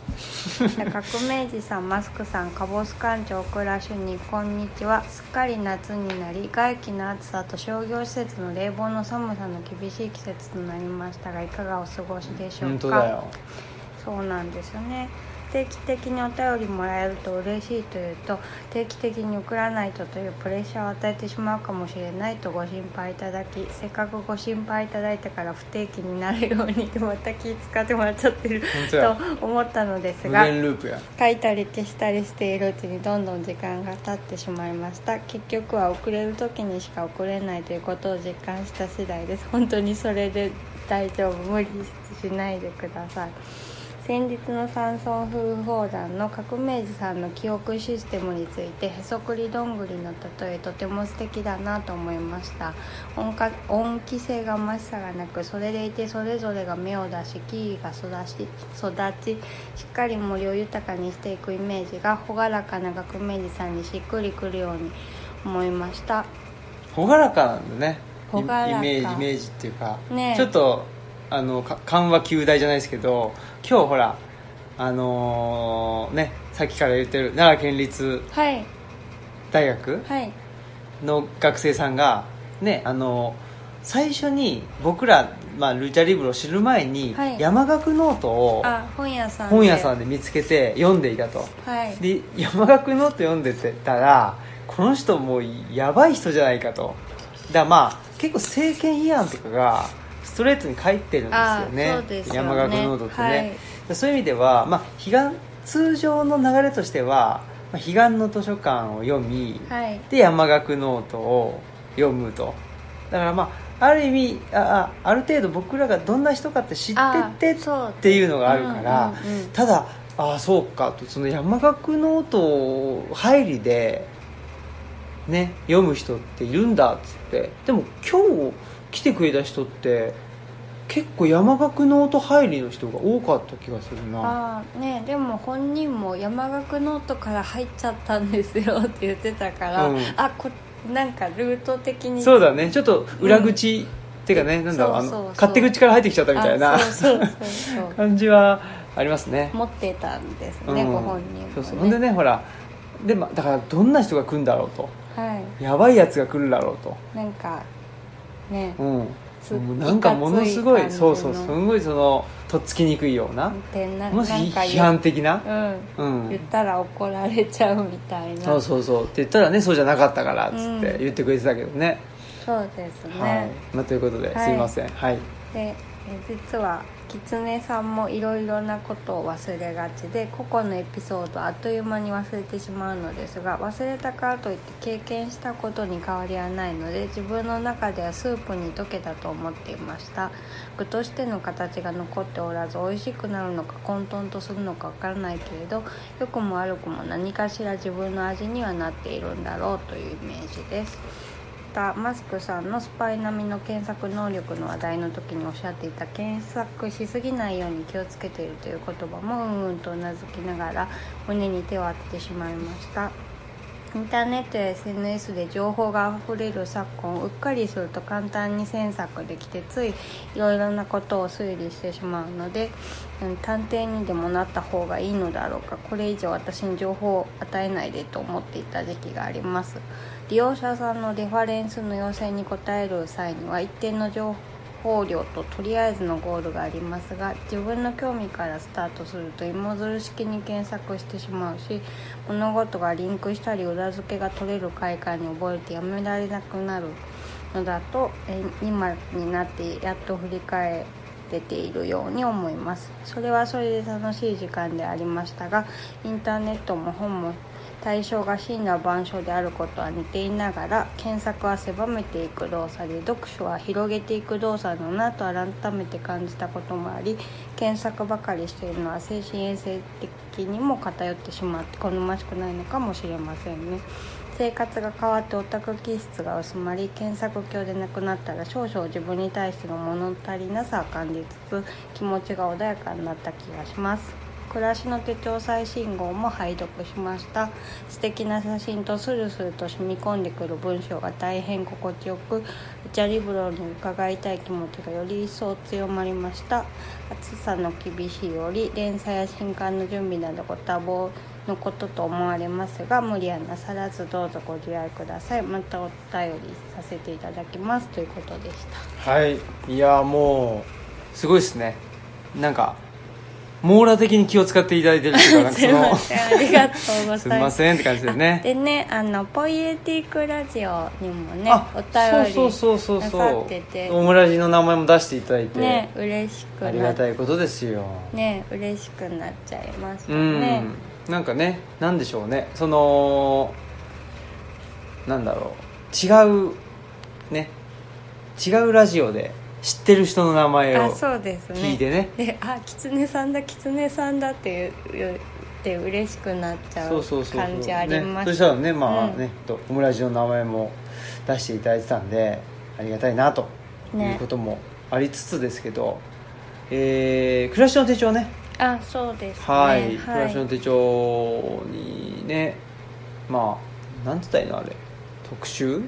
[SPEAKER 2] 革命児さんマスクさんカボス館長クラシュにこんにちはすっかり夏になり外気の暑さと商業施設の冷房の寒さの厳しい季節となりましたがいかがお過ごしでしょうか
[SPEAKER 1] 本当だよ
[SPEAKER 2] そうなんですよね定期的にお便りもらえると嬉しいというと定期的に送らないとというプレッシャーを与えてしまうかもしれないとご心配いただきせっかくご心配いただいたから不定期になるようにとまた気使ってもらっちゃってる
[SPEAKER 1] 本当や
[SPEAKER 2] と思ったのです
[SPEAKER 1] 無
[SPEAKER 2] が
[SPEAKER 1] 限ループや
[SPEAKER 2] 書いたり消したりしているうちにどんどん時間が経ってしまいました結局は遅れる時にしか遅れないということを実感した次第です 本当にそれで大丈夫無理しないでください先日の山村夫婦砲弾の革命児さんの記憶システムについてへそくりどんぐりの例えとても素敵だなと思いました音か恩気性がましさがなくそれでいてそれぞれが芽を出し木々が育ち育ちしっかり森を豊かにしていくイメージが朗らかな革命児さんにしっくりくるように思いました
[SPEAKER 1] 朗らかなんだねイ
[SPEAKER 2] 朗らか
[SPEAKER 1] イメージイメージっていうか、
[SPEAKER 2] ねえ
[SPEAKER 1] ちょっとあのか緩和球大じゃないですけど今日ほらあのーねさっきから言ってる奈良県立
[SPEAKER 2] はい
[SPEAKER 1] 大学
[SPEAKER 2] はい
[SPEAKER 1] の学生さんがねあの最初に僕ら、まあ、ルチャリブロを知る前に、
[SPEAKER 2] はい
[SPEAKER 1] 山岳ノートを
[SPEAKER 2] あ本屋さんで
[SPEAKER 1] 本屋さんで見つけて読んでいたと
[SPEAKER 2] はい
[SPEAKER 1] で山岳ノート読んでたらこの人もうやばい人じゃないかとだからまあ結構政権批判とかがストレートに書いてるんですよね
[SPEAKER 2] あそうですよね
[SPEAKER 1] 山岳ノートってね、
[SPEAKER 2] はい
[SPEAKER 1] でそういう意味では、まあ、彼岸通常の流れとしては、まあ、彼岸の図書館を読み、
[SPEAKER 2] はい
[SPEAKER 1] で山岳ノートを読むとだからまあある意味ああある程度僕らがどんな人かって知ってて
[SPEAKER 2] あそう
[SPEAKER 1] っていうのがあるから、
[SPEAKER 2] うんうんうん
[SPEAKER 1] ただああそうかとその山岳ノートを入りで、ね、読む人っているんだっつってでも今日来てくれた人って結構山岳ノート入りの人が多かった気がするな
[SPEAKER 2] あーねでも本人も山岳ノートから入っちゃったんですよって言ってたから、
[SPEAKER 1] うん
[SPEAKER 2] あこなんかルート的に
[SPEAKER 1] そうだねちょっと裏口、っていうかねなんだろうあ
[SPEAKER 2] そうそうそ
[SPEAKER 1] の
[SPEAKER 2] う
[SPEAKER 1] 勝手口から入ってきちゃったみたいな
[SPEAKER 2] あそうそうそうそう
[SPEAKER 1] 感じはありますね。
[SPEAKER 2] 持ってたんですね、
[SPEAKER 1] うん
[SPEAKER 2] ご本人も、ね、
[SPEAKER 1] そうそうほんでねほらで、ま、だからどんな人が来るんだろうと
[SPEAKER 2] はい
[SPEAKER 1] やばいやつが来るんだろうと、
[SPEAKER 2] なんかねつ
[SPEAKER 1] うん、もうなんかものすご
[SPEAKER 2] いか
[SPEAKER 1] い
[SPEAKER 2] つい感じ
[SPEAKER 1] そ
[SPEAKER 2] の
[SPEAKER 1] うそうすごいそのとっつきにくいような
[SPEAKER 2] でな
[SPEAKER 1] もし
[SPEAKER 2] なんか
[SPEAKER 1] 批判的な、
[SPEAKER 2] うん
[SPEAKER 1] うん
[SPEAKER 2] 言ったら怒られちゃうみたいな
[SPEAKER 1] そうそうそうって言ったらねそうじゃなかったからっつっ
[SPEAKER 2] う
[SPEAKER 1] て
[SPEAKER 2] ん
[SPEAKER 1] 言ってくれてたけどね、
[SPEAKER 2] そうですね、
[SPEAKER 1] はい、まあ、ということで、
[SPEAKER 2] はい
[SPEAKER 1] すいませんはい
[SPEAKER 2] でえ実は狐さんもいろいろなことを忘れがちで個々のエピソードをあっという間に忘れてしまうのですが忘れたからといって経験したことに変わりはないので自分の中ではスープに溶けたと思っていました具としての形が残っておらず美味しくなるのか混沌とするのかわからないけれど良くも悪くも何かしら自分の味にはなっているんだろうというイメージですまたマスクさんのスパイ並みの検索能力の話題の時におっしゃっていた検索しすぎないように気をつけているという言葉もうんうんとうなずきながら胸に手を当ててしまいましたインターネットや SNS で情報が溢れる昨今うっかりすると簡単に詮索できてついいろいろなことを推理してしまうので、うん、探偵にでもなった方がいいのだろうかこれ以上私に情報を与えないでと思っていた時期があります利用者さんのレファレンスの要請に応える際には一定の情報考量ととりあえずのゴールがありますが自分の興味からスタートすると芋づる式に検索してしまうし物事がリンクしたり裏付けが取れる快感に覚えてやめられなくなるのだとえ今になってやっと振り返れているように思いますそれはそれで楽しい時間でありましたがインターネットも本も対象が真羅万象であることは似ていながら検索は狭めていく動作で読書は広げていく動作だなと改めて感じたこともあり検索ばかりしているのは精神衛生的にも偏ってしまって好ましくないのかもしれませんね生活が変わってオタク気質が薄まり検索狂でなくなったら少々自分に対しての物足りなさを感じつつ気持ちが穏やかになった気がします暮らしの手帳最新号も拝読しました素敵な写真とスルスルと染み込んでくる文章が大変心地よくルチャリブロに伺いたい気持ちがより一層強まりました暑さの厳しいより連載や新刊の準備などご多忙のことと思われますが無理はなさらずどうぞご自愛くださいまたお便りさせていただきますということでした
[SPEAKER 1] はいいやもうすごいですねなんか網羅的に気を使っていただいてるっていうかなんか
[SPEAKER 2] すい
[SPEAKER 1] そ
[SPEAKER 2] ま
[SPEAKER 1] の
[SPEAKER 2] せんありがとうご
[SPEAKER 1] す
[SPEAKER 2] ざ
[SPEAKER 1] みま
[SPEAKER 2] います
[SPEAKER 1] せんって感じでね
[SPEAKER 2] でねあのポイエティックラジオにもね
[SPEAKER 1] あ
[SPEAKER 2] お便り
[SPEAKER 1] そうそうそうそう
[SPEAKER 2] な
[SPEAKER 1] そ
[SPEAKER 2] さ
[SPEAKER 1] う
[SPEAKER 2] ってて
[SPEAKER 1] オムラジの名前も出していただいて、
[SPEAKER 2] ね嬉しく
[SPEAKER 1] あり
[SPEAKER 2] な
[SPEAKER 1] が
[SPEAKER 2] った
[SPEAKER 1] いことですよ、
[SPEAKER 2] ね嬉しくなっちゃいました
[SPEAKER 1] うん、
[SPEAKER 2] ね
[SPEAKER 1] なんかねなんでしょうねそのなんだろう違うね違うラジオで知ってる人の名前
[SPEAKER 2] あ
[SPEAKER 1] を
[SPEAKER 2] そうですね
[SPEAKER 1] 聞いてね
[SPEAKER 2] であ狐さんだ狐さんだって言って嬉しくなっちゃ
[SPEAKER 1] そう
[SPEAKER 2] う
[SPEAKER 1] そうそう
[SPEAKER 2] 感じありま
[SPEAKER 1] ね、そ
[SPEAKER 2] し
[SPEAKER 1] したたらねまあ
[SPEAKER 2] うん
[SPEAKER 1] ね、とオムラジの名前も出していただいてたんでありがたいなと
[SPEAKER 2] ね
[SPEAKER 1] いうこともありつつですけど、えー暮らしの手帳ね
[SPEAKER 2] あそうですね
[SPEAKER 1] はい、暮
[SPEAKER 2] は
[SPEAKER 1] らしの
[SPEAKER 2] い
[SPEAKER 1] 手帳にねまあなんつったらいいのあれ特集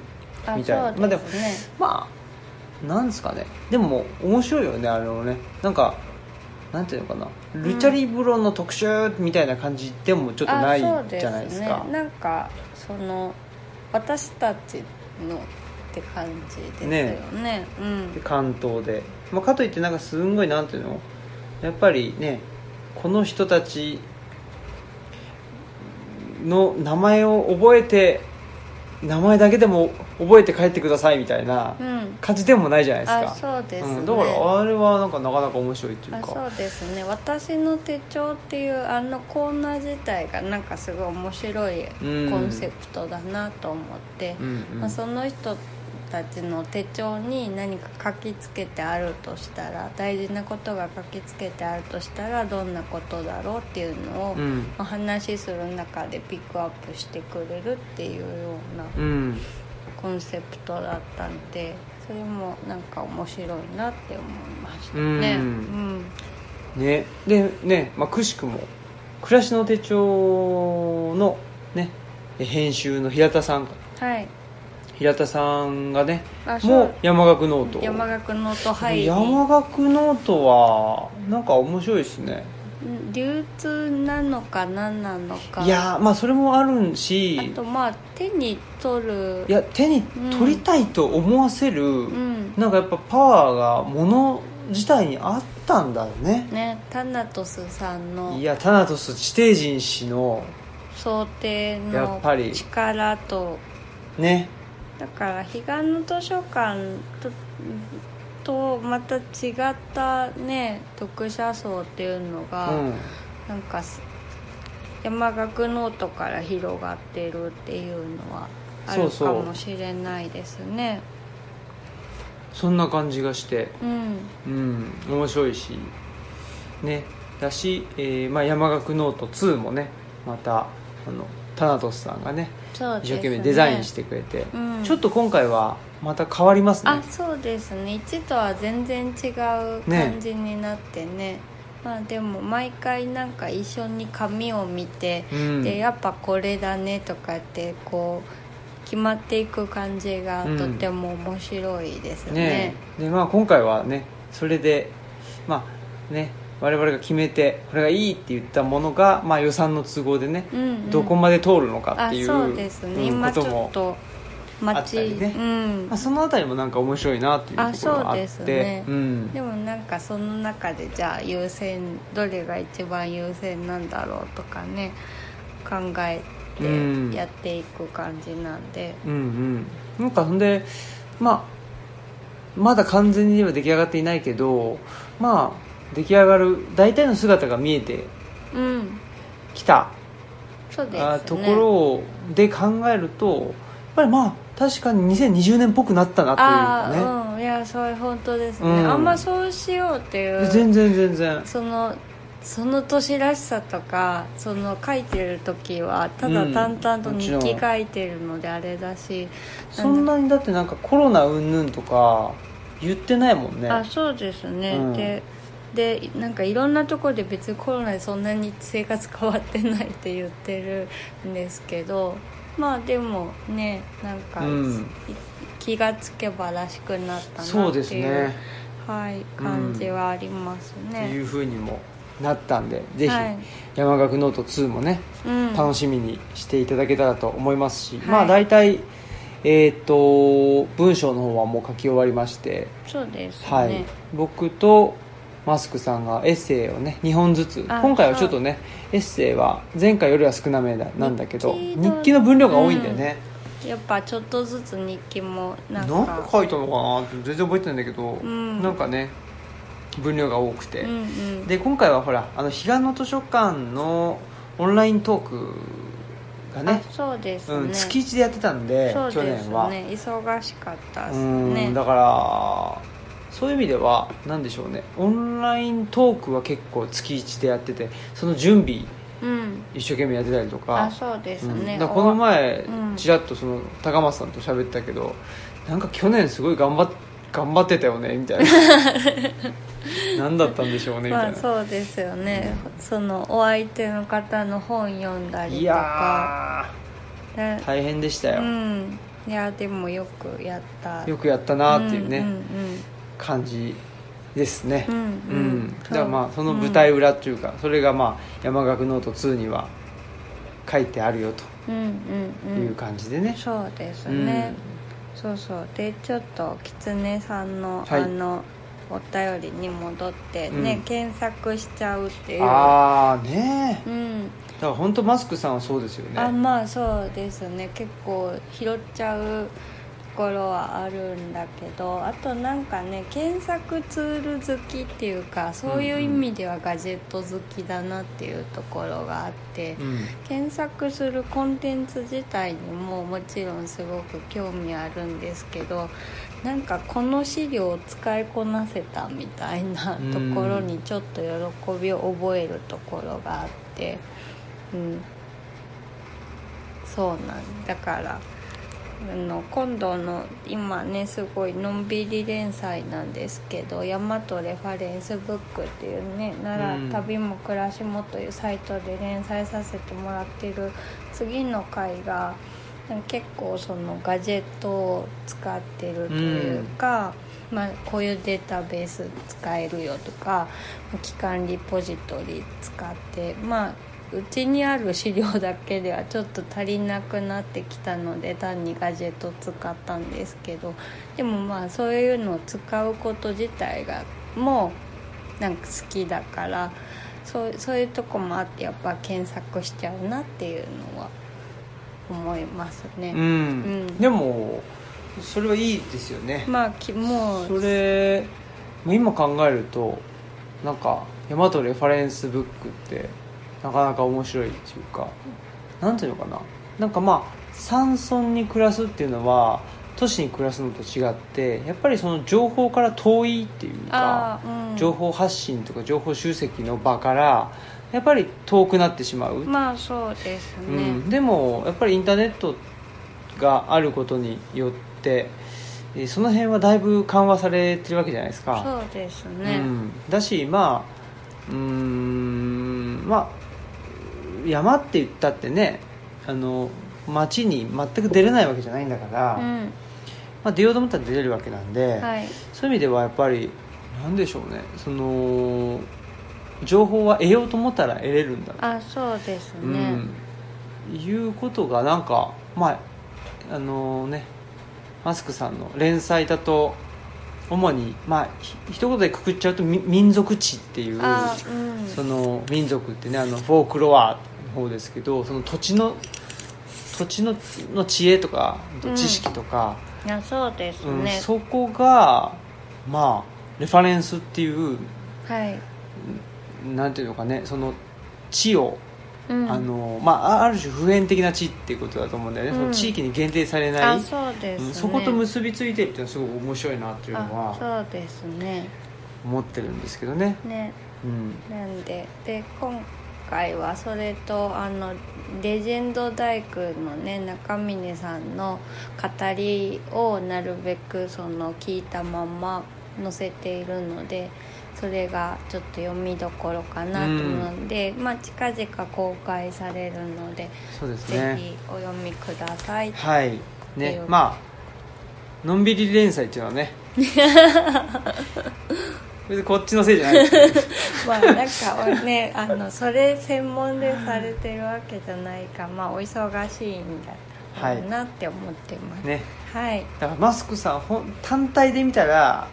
[SPEAKER 2] あ
[SPEAKER 1] みたいな
[SPEAKER 2] そうですね
[SPEAKER 1] まあでもまあなんですかねでももう面白いよねあれをねなんかなんていうのかなルチャリブロの特集みたいな感じでもちょっとない
[SPEAKER 2] あそう
[SPEAKER 1] じゃないですか
[SPEAKER 2] ね、なんかその私たちのって感じですよねうん
[SPEAKER 1] で関東で、まあ、かといってなんかすんごいなんていうのやっぱりねこの人たちの名前を覚えて名前だけでも覚えて帰ってくださいみたいな
[SPEAKER 2] うん
[SPEAKER 1] 感じでもないじゃないですか
[SPEAKER 2] あそうですね、
[SPEAKER 1] うん、だからあれはなんかなかなか面白いっていう
[SPEAKER 2] あ
[SPEAKER 1] か
[SPEAKER 2] そうですね「私の手帳」っていうあのコーナー自体がなんかすごい面白い
[SPEAKER 1] うん
[SPEAKER 2] コンセプトだなと思って、
[SPEAKER 1] うんうん
[SPEAKER 2] まあ、その人たちの手帳に何か書きつけてあるとしたら大事なことが書きつけてあるとしたらどんなことだろうっていうのを、
[SPEAKER 1] うん
[SPEAKER 2] まあ話しする中でピックアップしてくれるっていうような
[SPEAKER 1] うん
[SPEAKER 2] コンセプトだったんでそれもなんか面白いなって思いましたね。
[SPEAKER 1] うん
[SPEAKER 2] うん
[SPEAKER 1] ねでね、まあ、くしくも「暮らしの手帳の」ね編集の平田さん
[SPEAKER 2] はい、
[SPEAKER 1] 平田さんがね
[SPEAKER 2] あそう
[SPEAKER 1] もう山岳ノート
[SPEAKER 2] 山岳ノート
[SPEAKER 1] で
[SPEAKER 2] 入り
[SPEAKER 1] 山岳ノートはなんか面白いですね
[SPEAKER 2] 流通なのか何なのか
[SPEAKER 1] いやーまあそれもあるし
[SPEAKER 2] あとまあ手に取る
[SPEAKER 1] いや手に取りたいと思わせる、
[SPEAKER 2] うん
[SPEAKER 1] なんかやっぱパワーがもの自体にあったんだよね
[SPEAKER 2] ねタナトスさんの
[SPEAKER 1] いやタナトス地底人氏の
[SPEAKER 2] 想定
[SPEAKER 1] や
[SPEAKER 2] の
[SPEAKER 1] っぱり
[SPEAKER 2] 力と
[SPEAKER 1] ね
[SPEAKER 2] だから彼岸の図書館ととまた違ったね読者層っていうの
[SPEAKER 1] う
[SPEAKER 2] が、
[SPEAKER 1] ん
[SPEAKER 2] なんかす山岳ノートから広がってるっていうのはあ
[SPEAKER 1] そ
[SPEAKER 2] る
[SPEAKER 1] うそ
[SPEAKER 2] か
[SPEAKER 1] う
[SPEAKER 2] もしれないですね
[SPEAKER 1] そんな感じがして
[SPEAKER 2] うん
[SPEAKER 1] うん面白いしねだし、えーまあ、山岳ノート2もねまたあのタナトスさんがね
[SPEAKER 2] そうです
[SPEAKER 1] 一
[SPEAKER 2] ね
[SPEAKER 1] 生懸命デザインしてくれて、
[SPEAKER 2] うん
[SPEAKER 1] ちょっと今回はまた変わりますね
[SPEAKER 2] あそうですね1とは全然違う感じになってねまあでも毎回なんか一緒に紙を見て、
[SPEAKER 1] うん
[SPEAKER 2] でやっぱこれだねとかってこう決まっていく感じが
[SPEAKER 1] うん
[SPEAKER 2] とても面白いですね
[SPEAKER 1] ね,、でまあ今回はねそれでまあね我々が決めてこれがいいって言ったものが、まあ、予算の都合でね、
[SPEAKER 2] うんうん
[SPEAKER 1] どこまで通るのかっ
[SPEAKER 2] あ
[SPEAKER 1] ていう
[SPEAKER 2] そうですね、
[SPEAKER 1] うん
[SPEAKER 2] 今ち
[SPEAKER 1] こ
[SPEAKER 2] ょっと
[SPEAKER 1] あった
[SPEAKER 2] 街
[SPEAKER 1] りね
[SPEAKER 2] うん
[SPEAKER 1] まあ、そのあたりもなんか面白いなっていうとこ
[SPEAKER 2] あ
[SPEAKER 1] ろがあって
[SPEAKER 2] そうですね
[SPEAKER 1] ん、
[SPEAKER 2] でもなんかその中でじゃあ優先どれが一番優先なんだろうとかね考え
[SPEAKER 1] うん
[SPEAKER 2] てやっていく感じなんで、
[SPEAKER 1] うんうんなんかほんでまあまだ完全には出来上がっていないけどまあ出来上がる大体の姿が見えて
[SPEAKER 2] うん
[SPEAKER 1] きた、
[SPEAKER 2] そうです
[SPEAKER 1] あ
[SPEAKER 2] ね
[SPEAKER 1] ところをで考えるとやっぱりまあ確かに2020年っぽくなったなと
[SPEAKER 2] あ
[SPEAKER 1] いうか
[SPEAKER 2] あうんいやそれ本当ですね、
[SPEAKER 1] うん
[SPEAKER 2] あんまそうしようってい
[SPEAKER 1] ね
[SPEAKER 2] う
[SPEAKER 1] 全然全然
[SPEAKER 2] そのその年らしさとかその書いてる時はただ淡々と
[SPEAKER 1] うんもち
[SPEAKER 2] 日
[SPEAKER 1] ろん
[SPEAKER 2] 記書いてるのであれだし、
[SPEAKER 1] そんなにだってなんかコロナうんぬんとか言ってないもんね
[SPEAKER 2] あそうですね、
[SPEAKER 1] うん
[SPEAKER 2] ででなんかいろんなところで別にコロナでそんなに生活変わってないって言ってるんですけどまあでもねなんか、
[SPEAKER 1] うん
[SPEAKER 2] い気がつけばらしくなった
[SPEAKER 1] そ
[SPEAKER 2] な
[SPEAKER 1] う
[SPEAKER 2] っていう
[SPEAKER 1] ですね
[SPEAKER 2] はい、感じはあります
[SPEAKER 1] ってい
[SPEAKER 2] ね、
[SPEAKER 1] うふうにもなったんでぜひ
[SPEAKER 2] はい
[SPEAKER 1] 山岳ノート2もね
[SPEAKER 2] うん、
[SPEAKER 1] 楽しみにしていただけたらと思いますし、
[SPEAKER 2] はい
[SPEAKER 1] まあ大体、えー、と文章の方はもう書き終わりまして、
[SPEAKER 2] そうですね、
[SPEAKER 1] はい僕とマスクさんがエッセイをね2本ずつ
[SPEAKER 2] あ
[SPEAKER 1] 今回はちょっとねエッセイは前回よりは少なめだなんだけど
[SPEAKER 2] 日記
[SPEAKER 1] 日
[SPEAKER 2] の
[SPEAKER 1] 記の分量が多いんだよね、
[SPEAKER 2] やっぱちょっとずつ日記も
[SPEAKER 1] な
[SPEAKER 2] な
[SPEAKER 1] んん
[SPEAKER 2] か
[SPEAKER 1] か書いたのかなって全然覚えてないんだけど、
[SPEAKER 2] ん
[SPEAKER 1] なんかね分量が多くて、
[SPEAKER 2] うんうん
[SPEAKER 1] で今回はほらあの彼岸の図書館のオンライントークがね
[SPEAKER 2] あそうですね、
[SPEAKER 1] うん、月1でやってたんで
[SPEAKER 2] そう
[SPEAKER 1] 去
[SPEAKER 2] です
[SPEAKER 1] 年
[SPEAKER 2] ね
[SPEAKER 1] は、
[SPEAKER 2] 忙しかったで
[SPEAKER 1] う
[SPEAKER 2] す
[SPEAKER 1] ん
[SPEAKER 2] ね
[SPEAKER 1] だからそういう意味では何でしょうねオンライントークは結構月1でやっててその準備
[SPEAKER 2] うん
[SPEAKER 1] 一生懸命やってたりとか
[SPEAKER 2] あそうです
[SPEAKER 1] うん
[SPEAKER 2] ね、
[SPEAKER 1] だからこの前
[SPEAKER 2] うん
[SPEAKER 1] ちらっとその高松さんと喋ったけどなんか去年すごい頑張っ頑張ってたよねみたい な何だったんでしょうねみ
[SPEAKER 2] ま
[SPEAKER 1] た
[SPEAKER 2] あ
[SPEAKER 1] いな、
[SPEAKER 2] そうですよね、そのお相手の方の本読んだり
[SPEAKER 1] い
[SPEAKER 2] とか
[SPEAKER 1] や
[SPEAKER 2] ね
[SPEAKER 1] ー大変でしたよ、
[SPEAKER 2] うんいやでもよくやった
[SPEAKER 1] よくやったなーっていうね、
[SPEAKER 2] うんうんうん
[SPEAKER 1] 感じですね
[SPEAKER 2] うんうん
[SPEAKER 1] だからまあその舞台裏っていうか、それがまあ山岳ノート2には書いてあるよ
[SPEAKER 2] うん
[SPEAKER 1] と
[SPEAKER 2] うん
[SPEAKER 1] いううん感じでね、
[SPEAKER 2] そうです
[SPEAKER 1] うん
[SPEAKER 2] ね、そうそうでちょっと狐さんの、
[SPEAKER 1] はい
[SPEAKER 2] あのお便りに戻ってね、
[SPEAKER 1] うん
[SPEAKER 2] 検索しちゃうっていう
[SPEAKER 1] ああねえ
[SPEAKER 2] うん、
[SPEAKER 1] だから本当マスクさんはそうですよ
[SPEAKER 2] あ
[SPEAKER 1] ね
[SPEAKER 2] まあそうですね結構拾っちゃうところはあるんだけどあとなんかね検索ツール好きっていうかそういう意味ではガジェット好きだなっていうところがあって、
[SPEAKER 1] うん
[SPEAKER 2] 検索するコンテンツ自体にももちろんすごく興味あるんですけどなんかこの資料を使いこなせたみたいなところにちょっと喜びを覚えるところがあってうんそうなんだからあの今度の今ねすごいのんびり連載なんですけど「大和レファレンスブック」っていうね奈
[SPEAKER 1] うん
[SPEAKER 2] 良旅も暮らしもというサイトで連載させてもらってる次の回が結構そのガジェットを使ってるというか、まあ、こういうデータベース使えるよとか期間リポジトリ使ってまあうちにある資料だけではちょっと足りなくなってきたので単にガジェット使ったんですけどでもまあそういうのを使うこと自体がもうなんか好きだからそうそういうとこもあってやっぱ検索しちゃうなっていうのは思いますね。
[SPEAKER 1] うん、
[SPEAKER 2] うん
[SPEAKER 1] でもそれはいいですよね、
[SPEAKER 2] まあきも
[SPEAKER 1] そうれもう今考えるとなんか大和レファレンスブックってなかなか面白いっていうかなんていうのかななんかまあ山村に暮らすっていうのは都市に暮らすのと違ってやっぱりその情報から遠いっていうか
[SPEAKER 2] あー、うん、
[SPEAKER 1] 情報発信とか情報集積の場からやっぱり遠くなってしまう
[SPEAKER 2] まあそうですね、
[SPEAKER 1] うん、でもやっぱりインターネットがあることによってえーその辺はだいぶ緩和されてるわけじゃないですか
[SPEAKER 2] そうですね、
[SPEAKER 1] うん、だしまあうーんまあ山って言ったってねあの街に全く出れないわけじゃないんだから、
[SPEAKER 2] う
[SPEAKER 1] ま
[SPEAKER 2] ん、
[SPEAKER 1] あ、出ようと思ったら出れるわけなんで、
[SPEAKER 2] はい
[SPEAKER 1] そういう意味ではやっぱりなんでしょうねその情報は得ようと思ったら得れるんだ
[SPEAKER 2] あそうですね、
[SPEAKER 1] うん、いうことがなんかまああのねマスクさんの連載だと主にまあひ一言でくくっちゃうとみ民族知っていう
[SPEAKER 2] あうん
[SPEAKER 1] その民族ってねあのフォークロアの方ですけどその土地の土地のの知恵とか
[SPEAKER 2] うん
[SPEAKER 1] 知識とか、
[SPEAKER 2] いやそうです
[SPEAKER 1] うん
[SPEAKER 2] ね、
[SPEAKER 1] そこがまあレファレンスっていう
[SPEAKER 2] はい、
[SPEAKER 1] なんていうのかねその地を
[SPEAKER 2] うん、
[SPEAKER 1] あのまあ、あある種普遍的な地っていうことだと思うんだよね、
[SPEAKER 2] うん
[SPEAKER 1] その地域に限定されない
[SPEAKER 2] あそうですね、
[SPEAKER 1] うんそこと結びついてるっていうのはすごく面白いなっていうの
[SPEAKER 2] あ
[SPEAKER 1] は
[SPEAKER 2] そうですね
[SPEAKER 1] 思ってるんですけどね、
[SPEAKER 2] ね
[SPEAKER 1] うん、
[SPEAKER 2] なんでで今回はそれとあのレジェンド大工のね中峰さんの語りをなるべくその聞いたまま載せているのでそれがちょっと読みどころかなと思うんで、まあ近々公開されるので、
[SPEAKER 1] そうです
[SPEAKER 2] ぜ
[SPEAKER 1] ね
[SPEAKER 2] ひお読みください。
[SPEAKER 1] はい
[SPEAKER 2] ってい
[SPEAKER 1] ね
[SPEAKER 2] う
[SPEAKER 1] まあのんびり連載っていうのは ね別にこっちのせいじゃないですけど
[SPEAKER 2] まあなんか ねあのそれ専門でされてるわけじゃないかまあお忙しいんだろうなって思ってます、
[SPEAKER 1] ね
[SPEAKER 2] はい
[SPEAKER 1] だからマスクさんほん単体で見たら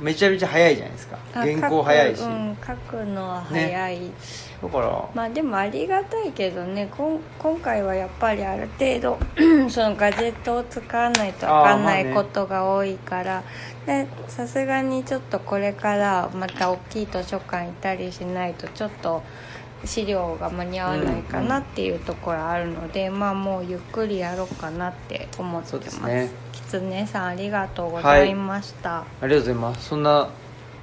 [SPEAKER 1] めちゃめちゃ早いじゃないですか
[SPEAKER 2] あ
[SPEAKER 1] 原稿早いし、
[SPEAKER 2] 書く,、うん、書くのは早い、
[SPEAKER 1] だから
[SPEAKER 2] まあでもありがたいけどねこん今回はやっぱりある程度 そのガジェットを使わないとわかん
[SPEAKER 1] あーま
[SPEAKER 2] な
[SPEAKER 1] あ
[SPEAKER 2] い
[SPEAKER 1] ね
[SPEAKER 2] ことが多いからでさすがにちょっとこれからまた大きい図書館行ったりしないとちょっと資料が間に合わないかなっていうところあるので、まあもうゆっくりやろうかなって思って
[SPEAKER 1] そう
[SPEAKER 2] ま
[SPEAKER 1] ですすね
[SPEAKER 2] きつねさんありがとうございました、
[SPEAKER 1] ありがとうございますそんな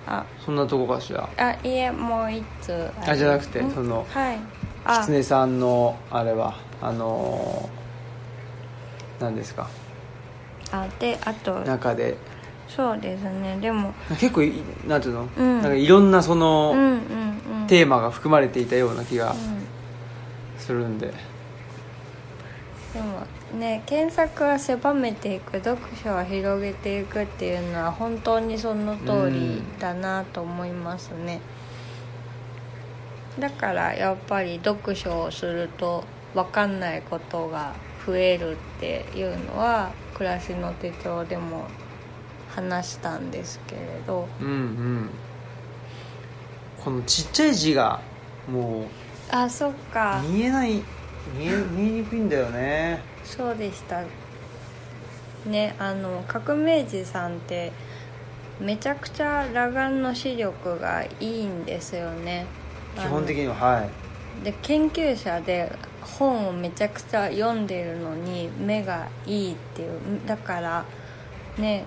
[SPEAKER 2] あ
[SPEAKER 1] そんなとこかしら
[SPEAKER 2] あいえもう一通ります
[SPEAKER 1] あじゃなくて
[SPEAKER 2] ん
[SPEAKER 1] その
[SPEAKER 2] はい
[SPEAKER 1] きつねさんのあれはあのー何ですか
[SPEAKER 2] あであと
[SPEAKER 1] 中で
[SPEAKER 2] そうですねでも
[SPEAKER 1] 結構いなんていうの、
[SPEAKER 2] うん
[SPEAKER 1] なんかいろんなそ
[SPEAKER 2] うん
[SPEAKER 1] の、
[SPEAKER 2] うんうん
[SPEAKER 1] テーマが含まれていたような気が
[SPEAKER 2] うん
[SPEAKER 1] するんで、
[SPEAKER 2] でもね検索は狭めていく読書は広げていくっていうのは本当にその通りだなと思いますね、だからやっぱり読書をすると分かんないことが増えるっていうのは「暮らしの手帳」でも話したんですけれど
[SPEAKER 1] うんうんこのちっちゃい字がも
[SPEAKER 2] あそっ
[SPEAKER 1] う
[SPEAKER 2] か
[SPEAKER 1] 見えない見え見えにくいんだよね
[SPEAKER 2] そうでしたねあの革命児さんってめちゃくちゃ裸眼の視力がいいんですよね
[SPEAKER 1] 基本的
[SPEAKER 2] に
[SPEAKER 1] にははい
[SPEAKER 2] で研究者で本をめちゃくちゃ読んでいるのに目がいいっていうんだからね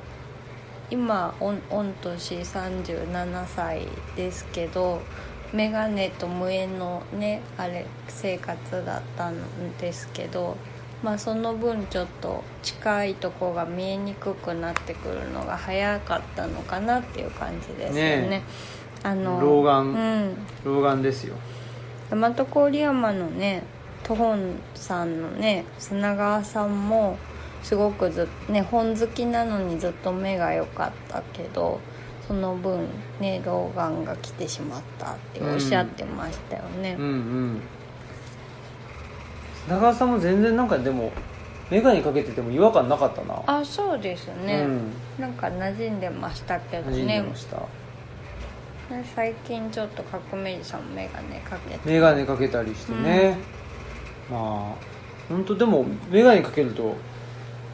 [SPEAKER 2] 今御御年37歳ですけど眼鏡と無縁のねあれ生活だったんですけど、まあ、その分ちょっと近いとこが見えにくくなってくるのが早かったのかなっていう感じですよね。
[SPEAKER 1] ね
[SPEAKER 2] あの
[SPEAKER 1] 老眼
[SPEAKER 2] うん
[SPEAKER 1] 老眼ですよ
[SPEAKER 2] 大和郡山のねトホンさんのね砂川さんもすごくずね本好きなのにずっと目が良かったけどその分ね老眼が来てしまったっておっしゃってましたよね、
[SPEAKER 1] うんうん砂川さんも全然なんかでも眼鏡かけてても違和感なかったな
[SPEAKER 2] あそうですね、
[SPEAKER 1] うん
[SPEAKER 2] なんか馴染んでましたけど
[SPEAKER 1] 馴染んで
[SPEAKER 2] ね
[SPEAKER 1] ました、
[SPEAKER 2] ね最近ちょっと革命児さん眼鏡かけて
[SPEAKER 1] 眼鏡かけたりしてね、まあ本当でも眼鏡かけると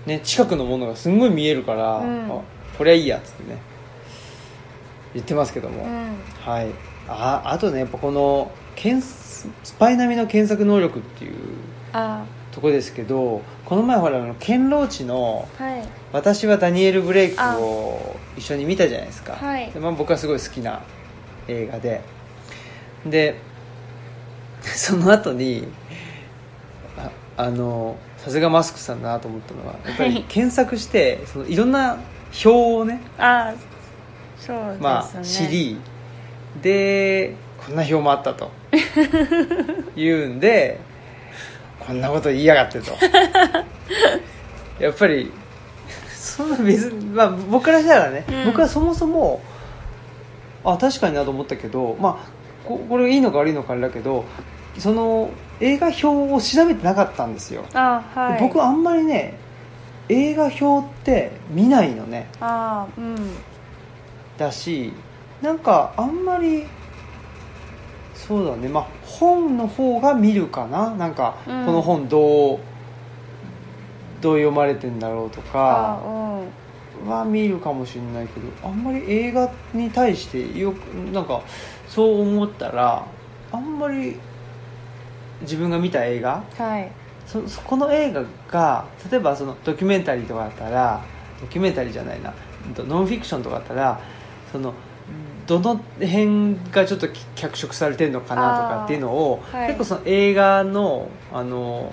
[SPEAKER 1] ね近くのものがすんごい見えるから、
[SPEAKER 2] うん
[SPEAKER 1] あこれはいいやっつってね言ってますけども、
[SPEAKER 2] うん
[SPEAKER 1] はいああとねやっぱこの検スパイ並みの検索能力っていう
[SPEAKER 2] あ
[SPEAKER 1] とこですけどこの前ほらあの堅牢地の
[SPEAKER 2] はい
[SPEAKER 1] 「私はダニエル・ブレイク」を一緒に見たじゃないですか、
[SPEAKER 2] はい
[SPEAKER 1] でまあ、僕はすごい好きな映画でで その後にああのさすがマスクさんだなと思ったのはやっぱ
[SPEAKER 2] は
[SPEAKER 1] り
[SPEAKER 2] い
[SPEAKER 1] 検索してそのいろんな表をね
[SPEAKER 2] あそうですね、
[SPEAKER 1] まあ、知りでこんな表もあった と言うんでこんなこと言いやが ってとやっぱりそんな別に、まあ、僕からしたらね、
[SPEAKER 2] うん
[SPEAKER 1] 僕はそもそもあ確かになと思ったけど、まあ、ここれいいのか悪いのかあれだけどその映画表を調べてなかったんですよ、
[SPEAKER 2] あはい
[SPEAKER 1] 僕あんまりね映画表って見ないのね
[SPEAKER 2] ああうん
[SPEAKER 1] だしなんかあんまりそうだねまあ本の方が見るかななんかこ
[SPEAKER 2] うん
[SPEAKER 1] の本どう、どう読まれてんだろうと
[SPEAKER 2] あ
[SPEAKER 1] か
[SPEAKER 2] うん
[SPEAKER 1] は見るかもしれないけどあんまり映画に対してよくなんかそう思ったらあんまり自分が見た映画
[SPEAKER 2] はい
[SPEAKER 1] そそこの映画が例えばそのドキュメンタリーとかだったらドキュメンタリーじゃないなどノンフィクションとかだったらそのどの辺がちょっとき脚色されてるのかなと
[SPEAKER 2] あー
[SPEAKER 1] かっていうのを、
[SPEAKER 2] はい
[SPEAKER 1] 結構その映画のあの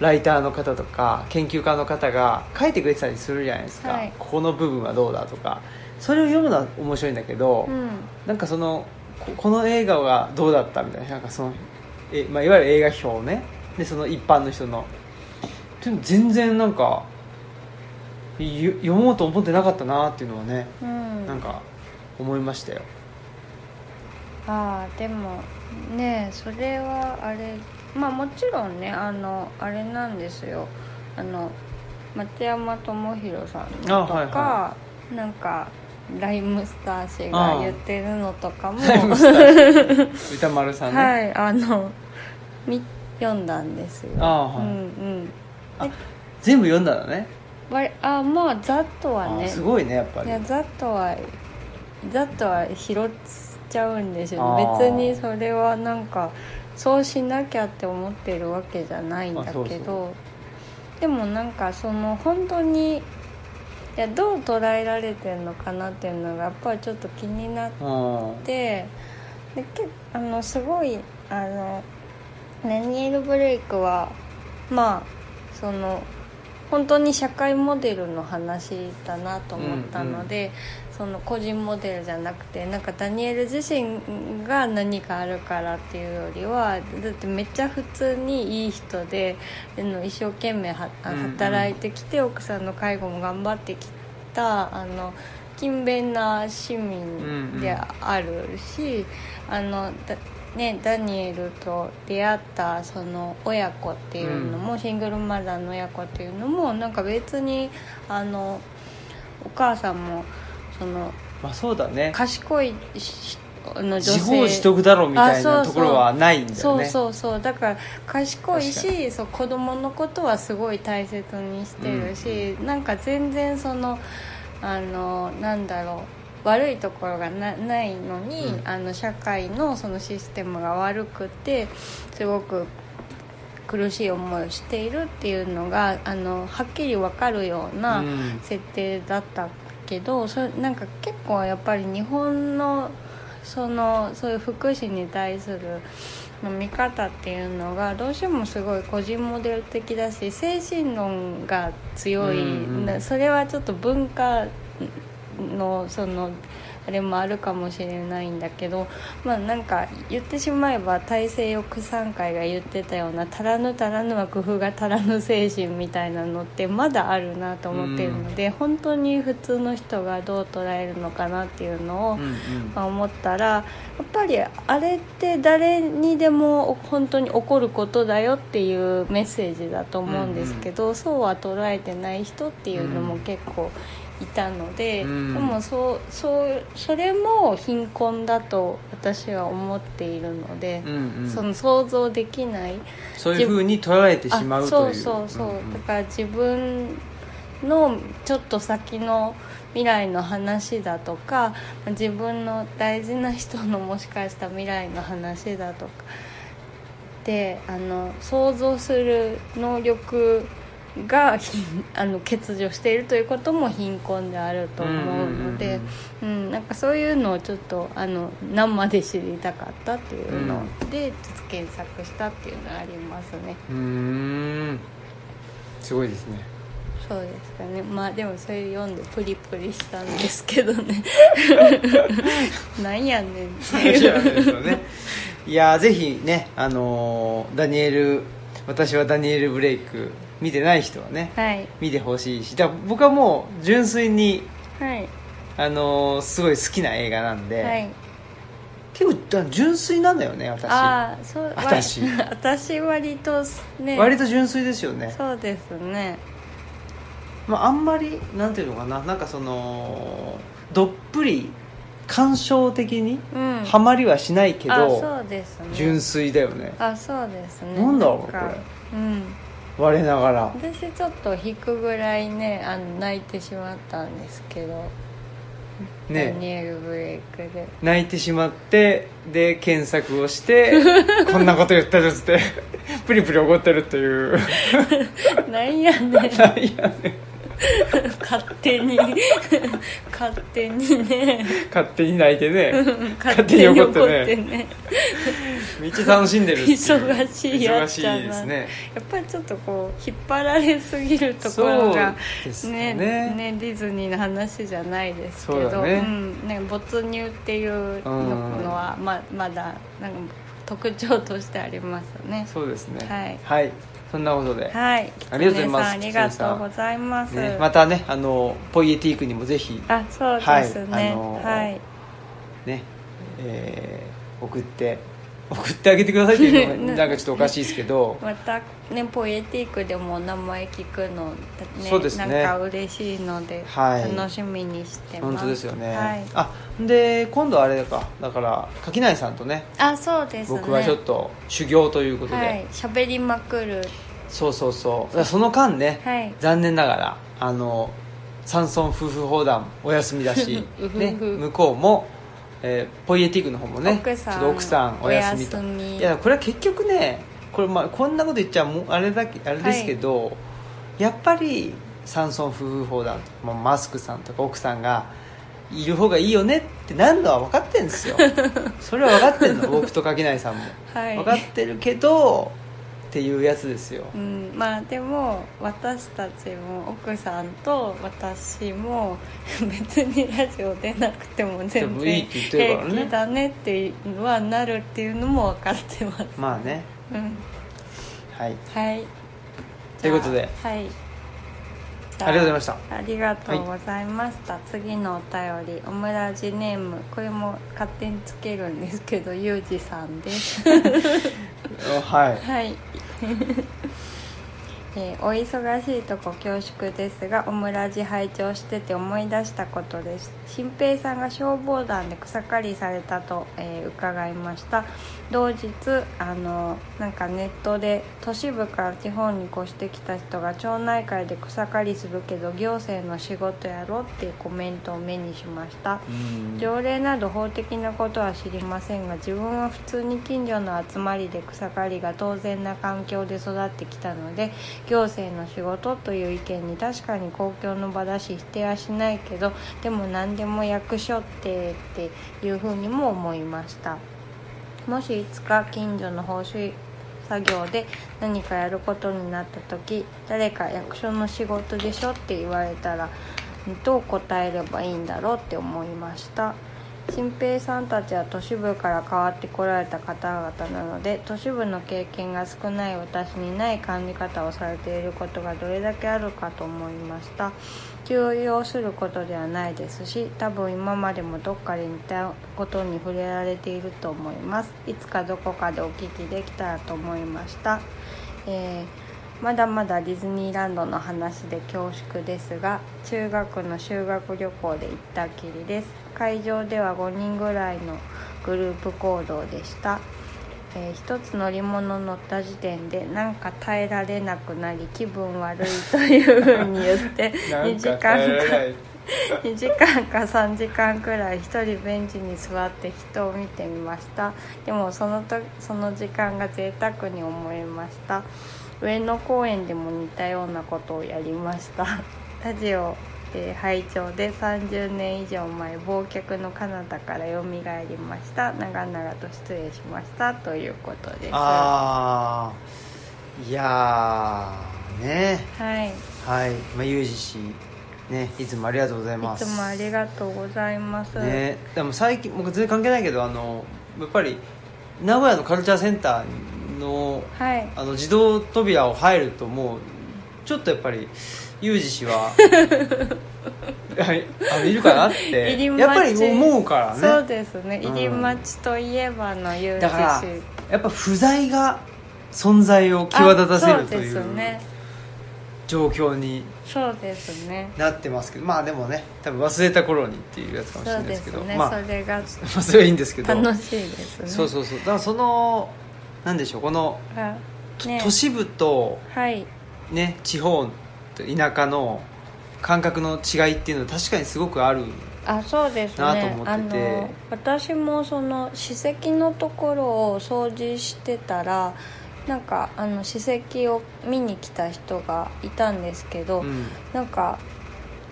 [SPEAKER 1] ライターの方とか研究家の方が書いてくれてたりするじゃないですか、
[SPEAKER 2] はい
[SPEAKER 1] ここの部分はどうだとかそれを読むのは面白いんだけど、
[SPEAKER 2] うん
[SPEAKER 1] なんかそのここの映画はどうだったみたいななんかそのえ、まあ、いわゆる映画表ねでその一般の人のでも全然なんかよ読もうと思ってなかったなっていうのはね
[SPEAKER 2] うん
[SPEAKER 1] なんか思いました よ
[SPEAKER 2] ああでもねそれはあれまあもちろんねあのあれなんですよあの松山智博さんのと
[SPEAKER 1] あ
[SPEAKER 2] か、
[SPEAKER 1] はいは
[SPEAKER 2] なんかライムスター氏が言ってるのとかも
[SPEAKER 1] ライムスター氏歌丸さんね、
[SPEAKER 2] はいあのみ読んだんですよ
[SPEAKER 1] ああはい
[SPEAKER 2] うんうん
[SPEAKER 1] 全部読んだのね
[SPEAKER 2] わりあまあざっとは
[SPEAKER 1] あ
[SPEAKER 2] ね
[SPEAKER 1] すごいねやっぱ
[SPEAKER 2] い
[SPEAKER 1] り
[SPEAKER 2] やざっとはざっとは拾っちゃうんですよ
[SPEAKER 1] あー
[SPEAKER 2] 別にそれはなんかそうしなきゃって思ってるわけじゃないんだけ
[SPEAKER 1] あ
[SPEAKER 2] ど
[SPEAKER 1] そうそ
[SPEAKER 2] でもなんかその本当にいやどう捉えられてるのかなっていうのがやっぱりちょっと気になっ
[SPEAKER 1] うん
[SPEAKER 2] ででけあのすごいあのダニエル・ブレイクはまあその本当に社会モデルの話だなと思ったので、その個人モデルじゃなくてなんかダニエル自身が何かあるからっていうよりはだってめっちゃ普通にいい人であの一生懸命はあ
[SPEAKER 1] うんうん
[SPEAKER 2] 働いてきて、奥さんの介護も頑張ってきたあの勤勉な市民であるし、あのだね、ダニエルと出会ったその親子っていうのも、シングルマザーの親子っていうのもなんか別にあのお母さんもその
[SPEAKER 1] まあそうだね
[SPEAKER 2] 賢いしあの女性
[SPEAKER 1] 自業自得だろみたい
[SPEAKER 2] あ
[SPEAKER 1] な
[SPEAKER 2] そうそう
[SPEAKER 1] ところはないんだよね
[SPEAKER 2] そうそうそうだから賢
[SPEAKER 1] 確
[SPEAKER 2] いしそう子供のことはすごい大切にしてるし、なんか全然そのあのなんだろう悪いところがなないのに、
[SPEAKER 1] うん
[SPEAKER 2] あの社会のそのシステムが悪くてすごく苦しい思いをしているっていうのがあのはっきり分かるような、
[SPEAKER 1] うん
[SPEAKER 2] 設定だったけどそれなんか結構やっぱり日本のそのそういう福祉に対するまあ見方っていうのがどうしてもすごい個人モデル的だし精神論が強い、
[SPEAKER 1] うんうん
[SPEAKER 2] なそれはちょっと文化のそのあれもあるかもしれないんだけどまあなんか言ってしまえば大西洋区産会が言ってたような足らぬ足らぬは工夫が足らぬ精神みたいなのってまだあるなと思ってるので、本当に普通の人がどう捉えるのかなっていうのを、
[SPEAKER 1] うんうん
[SPEAKER 2] まあ思ったらやっぱりあれって誰にでも本当に起こることだよっていうメッセージだと思うんですけど、そうは捉えてない人っていうのも結構いたので、
[SPEAKER 1] うん
[SPEAKER 2] でもそうそうそれも貧困だと私は思っているので
[SPEAKER 1] う、んうん
[SPEAKER 2] その想像できない。
[SPEAKER 1] そういうふうに捉えてしまうという
[SPEAKER 2] あそうそうそう、
[SPEAKER 1] ん
[SPEAKER 2] だから自分のちょっと先の未来の話だとか自分の大事な人のもしかしたら未来の話だとかであの想像する能力が ひあの欠如しているということも貧困であると思うのでうんなんかそういうのをちょっとあの生で知りたかったっていうので、検索したっていうのがありますね。
[SPEAKER 1] うんうんうんうーんすごいですね
[SPEAKER 2] そうですかねまあでもそれ読んでプリプリしたんですけ どねなんやねんって
[SPEAKER 1] い
[SPEAKER 2] いう
[SPEAKER 1] や ですよねいやーぜひねあのーダニエル私はダニエル・ブレイク見てない人はね
[SPEAKER 2] はい
[SPEAKER 1] 見てほしいしだから僕はもう純粋に
[SPEAKER 2] はい
[SPEAKER 1] あのーすごい好きな映画なんで、
[SPEAKER 2] はい
[SPEAKER 1] 結構だ純粋なんだよね私
[SPEAKER 2] ああそうわ
[SPEAKER 1] 私
[SPEAKER 2] 私割とね
[SPEAKER 1] 割と純粋ですよね、
[SPEAKER 2] そうですね
[SPEAKER 1] まあ、あんまりなんていうのかななんかそのどっぷり感傷的に
[SPEAKER 2] うん
[SPEAKER 1] ハマりはしないけ
[SPEAKER 2] あ
[SPEAKER 1] ど、
[SPEAKER 2] そうですね
[SPEAKER 1] 純粋だよね
[SPEAKER 2] あそうですね
[SPEAKER 1] なんだろう
[SPEAKER 2] か
[SPEAKER 1] これ
[SPEAKER 2] うん
[SPEAKER 1] 我ながら
[SPEAKER 2] 私ちょっと引くぐらいねあの泣いてしまったんですけど、ダニ
[SPEAKER 1] ね
[SPEAKER 2] エル・ブレイクで
[SPEAKER 1] 泣いてしまってで検索をして こんなこと言ってるっつってプリプリ怒ってるという
[SPEAKER 2] なんやねん
[SPEAKER 1] なんやね
[SPEAKER 2] 勝手に勝手にね
[SPEAKER 1] 勝手に泣いて ね
[SPEAKER 2] 勝
[SPEAKER 1] 手に
[SPEAKER 2] 手に
[SPEAKER 1] 怒
[SPEAKER 2] 怒
[SPEAKER 1] っ
[SPEAKER 2] ってて
[SPEAKER 1] ね
[SPEAKER 2] ね
[SPEAKER 1] めっちゃ楽しんでるっていう
[SPEAKER 2] 忙しいやつだな
[SPEAKER 1] 忙しいですね
[SPEAKER 2] やっぱりちょっとこう引っ張られすぎるところが
[SPEAKER 1] そうですよ
[SPEAKER 2] ね
[SPEAKER 1] ね
[SPEAKER 2] ねディズニーの話じゃないですけ
[SPEAKER 1] そうだ
[SPEAKER 2] ど
[SPEAKER 1] ね
[SPEAKER 2] んね、没入っていう
[SPEAKER 1] うん
[SPEAKER 2] のはままだなんか特徴としてありますね
[SPEAKER 1] そうですね
[SPEAKER 2] はい
[SPEAKER 1] そんなことで、
[SPEAKER 2] はい
[SPEAKER 1] ありがとうございます
[SPEAKER 2] 狐さんありがとうございます、
[SPEAKER 1] ね、またねあのポイエティークにもぜひ
[SPEAKER 2] あそうですね、
[SPEAKER 1] はいあのー
[SPEAKER 2] はい
[SPEAKER 1] ね、えー送って送ってあげてくださいっていうのも
[SPEAKER 2] ね
[SPEAKER 1] なんかちょっとおかしいですけど
[SPEAKER 2] またねポエティックでもお名前聞くの、ね、
[SPEAKER 1] そうですね
[SPEAKER 2] なんか嬉しいので、
[SPEAKER 1] はい
[SPEAKER 2] 楽しみにしてます
[SPEAKER 1] 本当ですよね、
[SPEAKER 2] はい、
[SPEAKER 1] あで今度あれかだから垣内さんとね
[SPEAKER 2] あそうですね
[SPEAKER 1] 僕はちょっと修行ということで、
[SPEAKER 2] はい喋りまくる
[SPEAKER 1] そうそうそうだからその間ね、
[SPEAKER 2] はい
[SPEAKER 1] 残念ながらあの山村夫婦砲弾お休みだ し
[SPEAKER 2] う、ふ
[SPEAKER 1] ね、
[SPEAKER 2] ふ
[SPEAKER 1] 向こうも、えーポイエティックの方もね
[SPEAKER 2] 奥さん
[SPEAKER 1] ちょっと奥さんお休みと
[SPEAKER 2] お休み
[SPEAKER 1] いやこれは結局ねこれ、まあ、こんなこと言っちゃもうあれだけあれですけど、やっぱり山村夫婦砲弾とかまあマスクさんとか奥さんがいる方がいいよねって何度は分かってん ですよそれは分かってんの僕と垣内さんも、
[SPEAKER 2] はい
[SPEAKER 1] 分かってるけどっていうやつですよ
[SPEAKER 2] うん、まあでも私たちも奥さんと私も 別にラジオ出なくても
[SPEAKER 1] で
[SPEAKER 2] 全
[SPEAKER 1] もいい
[SPEAKER 2] 然
[SPEAKER 1] って言ってるから
[SPEAKER 2] 平気
[SPEAKER 1] ね
[SPEAKER 2] だねっていうのはなるっていうのも分かってます、
[SPEAKER 1] まあね
[SPEAKER 2] うん、
[SPEAKER 1] はい
[SPEAKER 2] はい
[SPEAKER 1] ということで
[SPEAKER 2] じゃあはい
[SPEAKER 1] ありがとうございました
[SPEAKER 2] ありがとうございました、次のお便りオムラジネームこれも勝手につけるんですけどゆうじさんです
[SPEAKER 1] はい
[SPEAKER 2] はい、 えーお忙しいとこ恐縮ですがオムラジ拝聴してて思い出したことです新平さんが消防団で草刈りされたと、えー伺いました同日あのなんかネットで都市部から地方に越してきた人が町内会で草刈りするけど行政の仕事やろっていうコメントを目にしました
[SPEAKER 1] うん
[SPEAKER 2] 条例など法的なことは知りませんが自分は普通に近所の集まりで草刈りが当然な環境で育ってきたので行政の仕事という意見に確かに公共の場だし否定はしないけどでも何でも役所ってっていうふうにも思いました。もしいつか近所の報酬作業で何かやることになった時誰か役所の仕事でしょって言われたらどう答えればいいんだろうって思いました新平さんたちは都市部から変わってこられた方々なので都市部の経験が少ない私にない感じ方をされていることがどれだけあるかと思いました休養することではないですし多分今までもどっかで似たことに触れられていると思いますいつかどこかでお聞きできたらと思いました、えーまだまだディズニーランドの話で恐縮ですが中学の修学旅行で行ったきりです会場では5人ぐらいのグループ行動でしたえー一つ乗り物乗った時点でなんか耐えられなくなり気分悪いというふうに言って2時間か2時間か3時間くらい一人ベンチに座って人を見てみましたでもそのとその時間が贅沢に思えました上野公園でも似たようなことをやりましたラジオで拝聴で30年以上前忘却の彼方から蘇りました長々と失礼しましたということですは
[SPEAKER 1] ああいやーね
[SPEAKER 2] い
[SPEAKER 1] はい、まあ、ユージ氏ねいつもありがとうござい
[SPEAKER 2] い
[SPEAKER 1] ます
[SPEAKER 2] つもありがとうございます、
[SPEAKER 1] ね、でも最近もう全然関係ないけどあのやっぱり名古屋のカルチャーセンターの
[SPEAKER 2] はい
[SPEAKER 1] あの自動扉を入るともうちょっとやっぱりユージ氏 ははいあいるかなって
[SPEAKER 2] 入り待ち
[SPEAKER 1] やっぱり思うからね
[SPEAKER 2] そうですね
[SPEAKER 1] うん
[SPEAKER 2] 入り待ちといえばの有
[SPEAKER 1] だ
[SPEAKER 2] 志
[SPEAKER 1] からやっぱ不在が存在を際立たせるとい
[SPEAKER 2] そうです
[SPEAKER 1] う
[SPEAKER 2] ね
[SPEAKER 1] 状況に
[SPEAKER 2] そうですね
[SPEAKER 1] なってますけどまあでもね多分忘れた頃にっていうやつかもしれ
[SPEAKER 2] そ
[SPEAKER 1] ない
[SPEAKER 2] う
[SPEAKER 1] で
[SPEAKER 2] です
[SPEAKER 1] け
[SPEAKER 2] す
[SPEAKER 1] ど
[SPEAKER 2] ね、
[SPEAKER 1] まあ
[SPEAKER 2] それが
[SPEAKER 1] まあそれはいいんですけど
[SPEAKER 2] 楽しいですね
[SPEAKER 1] そうそうそうだからそのなんでしょうこの、
[SPEAKER 2] あ
[SPEAKER 1] と
[SPEAKER 2] ね
[SPEAKER 1] 都市部と
[SPEAKER 2] はい
[SPEAKER 1] ね地方と田舎の感覚の違いっていうのは確かにすごくある
[SPEAKER 2] あそうです
[SPEAKER 1] なあと
[SPEAKER 2] ね
[SPEAKER 1] 思
[SPEAKER 2] あ
[SPEAKER 1] ってて
[SPEAKER 2] の私もその史跡のところを掃除してたらなんかあの史跡を見に来た人がいたんですけど、
[SPEAKER 1] うん
[SPEAKER 2] なんか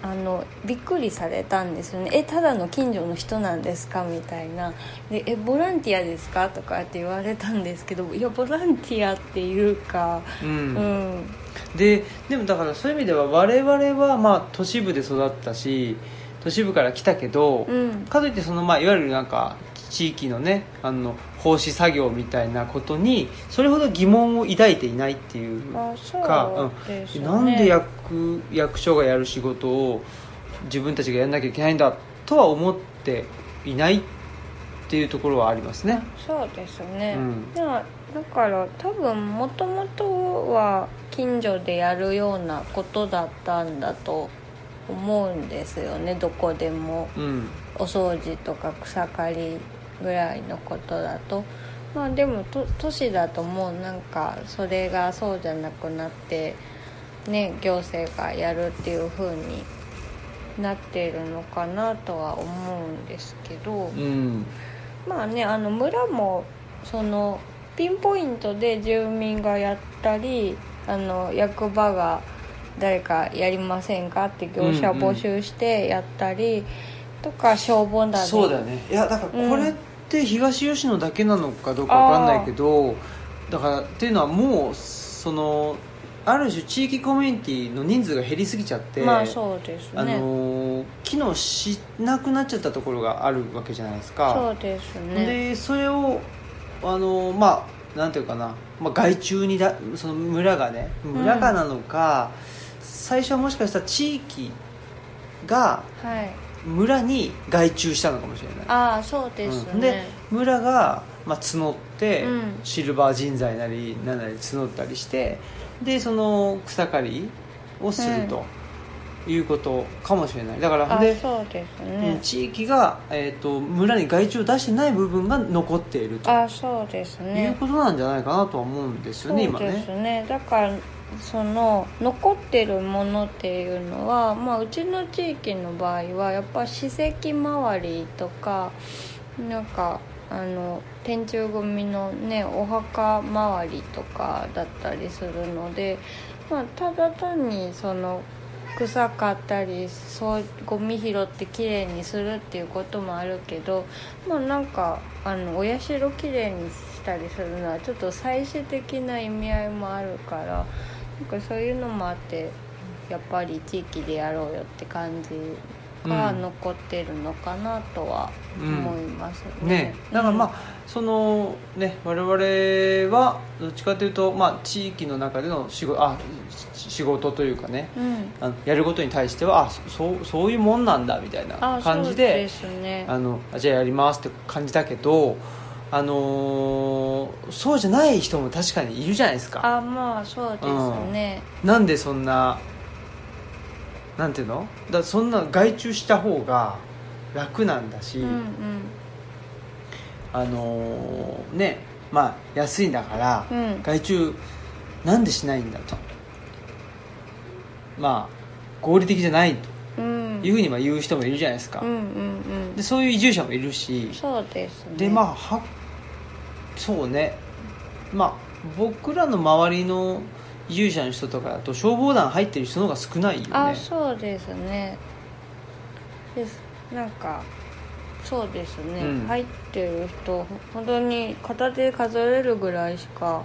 [SPEAKER 2] あのびっくりされたんですよね「えただの近所の人なんですか?」みたいな「でえボランティアですか?」とかって言われたんですけどいやボランティアっていうか
[SPEAKER 1] う
[SPEAKER 2] うんん、
[SPEAKER 1] ででもだからそういう意味では我々はまあ都市部で育ったし都市部から来たけど、
[SPEAKER 2] うん
[SPEAKER 1] かといってそのまあいわゆるなんか地域のねあの奉仕作業みたいなことにそれほど疑問を抱いていないっていう
[SPEAKER 2] あそう
[SPEAKER 1] か
[SPEAKER 2] ですね、
[SPEAKER 1] なんで役役所がやる仕事を自分たちがやらなきゃいけないんだとは思っていないっていうところはありますね。
[SPEAKER 2] そうですね、
[SPEAKER 1] うん
[SPEAKER 2] でもだから多分もともとは近所でやるようなことだったんだと思うんですよねどこでも。
[SPEAKER 1] うん、
[SPEAKER 2] お掃除とか草刈りぐらいのことだとまあでもと都市だともうなんかそれがそうじゃなくなってね行政がやるっていう風になっているのかなとは思うんですけど
[SPEAKER 1] うん、
[SPEAKER 2] まあねあの村もそのピンポイントで住民がやったりあの役場が誰かやりませんかって業者
[SPEAKER 1] うんうん
[SPEAKER 2] 募集してやったり、とか消防団で
[SPEAKER 1] そうだよねいやだから
[SPEAKER 2] うん
[SPEAKER 1] これって東吉野だけなのかどうかわかんないけど、だからっていうのはもうそのある種地域コミュニティの人数が減りすぎちゃって、
[SPEAKER 2] まあそうです
[SPEAKER 1] あ
[SPEAKER 2] ね
[SPEAKER 1] のー機能しなくなっちゃったところがあるわけじゃないです
[SPEAKER 2] そ
[SPEAKER 1] か
[SPEAKER 2] うですね
[SPEAKER 1] でそれをあのーまあなんていうかな、まあ、外注にだその村がね村がなのか、最初はもしかしたら地域が
[SPEAKER 2] はい
[SPEAKER 1] 村に外注したのかもしれない
[SPEAKER 2] ああそうですね、
[SPEAKER 1] うんで村が、まあ、募って、
[SPEAKER 2] うん
[SPEAKER 1] シルバー人材なりなんなり募ったりしてでその草刈りをすると、いうことかもしれないだから
[SPEAKER 2] あ
[SPEAKER 1] で、
[SPEAKER 2] そうです
[SPEAKER 1] うん
[SPEAKER 2] ね、
[SPEAKER 1] 地域が、えー、と村に害虫を出してない部分が残っていると
[SPEAKER 2] あそうです
[SPEAKER 1] いう
[SPEAKER 2] ね
[SPEAKER 1] ことなんじゃないかなとは思うんですよね
[SPEAKER 2] そう
[SPEAKER 1] 今
[SPEAKER 2] です
[SPEAKER 1] ね。
[SPEAKER 2] ねだからその残ってるものっていうのは、まあ、うちの地域の場合はやっぱ史跡周りとかなんかあの天柱組のねお墓周りとかだったりするので、まあ、ただ単にその草刈ったりそうゴミ拾ってきれいにするっていうこともあるけどまあなんかあのお社きれいにしたりするのはちょっと祭祀的な意味合いもあるからなんかそういうのもあってやっぱり地域でやろうよって感じが
[SPEAKER 1] うん
[SPEAKER 2] 残ってるのかなとは思いますね。
[SPEAKER 1] ね、だからまあ、そのね我々はどっちかというと、まあ、地域の中での仕事あし仕事というかね、
[SPEAKER 2] うん、うん
[SPEAKER 1] あのやることに対してはあそそうそういうもんなんだみたいな
[SPEAKER 2] あ
[SPEAKER 1] 感じ
[SPEAKER 2] そうで
[SPEAKER 1] です
[SPEAKER 2] ね
[SPEAKER 1] あのあじゃあやりますって感じだけど、あのーそうじゃない人も確かにいるじゃないですか
[SPEAKER 2] あまあそうですね、
[SPEAKER 1] なんでそんななんていうのだそんな外注した方が楽なんだし、
[SPEAKER 2] うん、うん
[SPEAKER 1] あのーねまあ安いんだから、
[SPEAKER 2] うんうん
[SPEAKER 1] 外注なんでしないんだとまあ合理的じゃないと
[SPEAKER 2] うん
[SPEAKER 1] いうふうにまあ言う人もいるじゃないですか、
[SPEAKER 2] うんうん
[SPEAKER 1] でそういう移住者もいるし
[SPEAKER 2] うんそうですね
[SPEAKER 1] でまあはそうねまあ僕らの周りの移住者の人とかだと消防団入ってる人の方が少ないよね
[SPEAKER 2] あそうですねですなんかそうですね、
[SPEAKER 1] うん
[SPEAKER 2] 入ってる人本当に片手で数えれるぐらいしか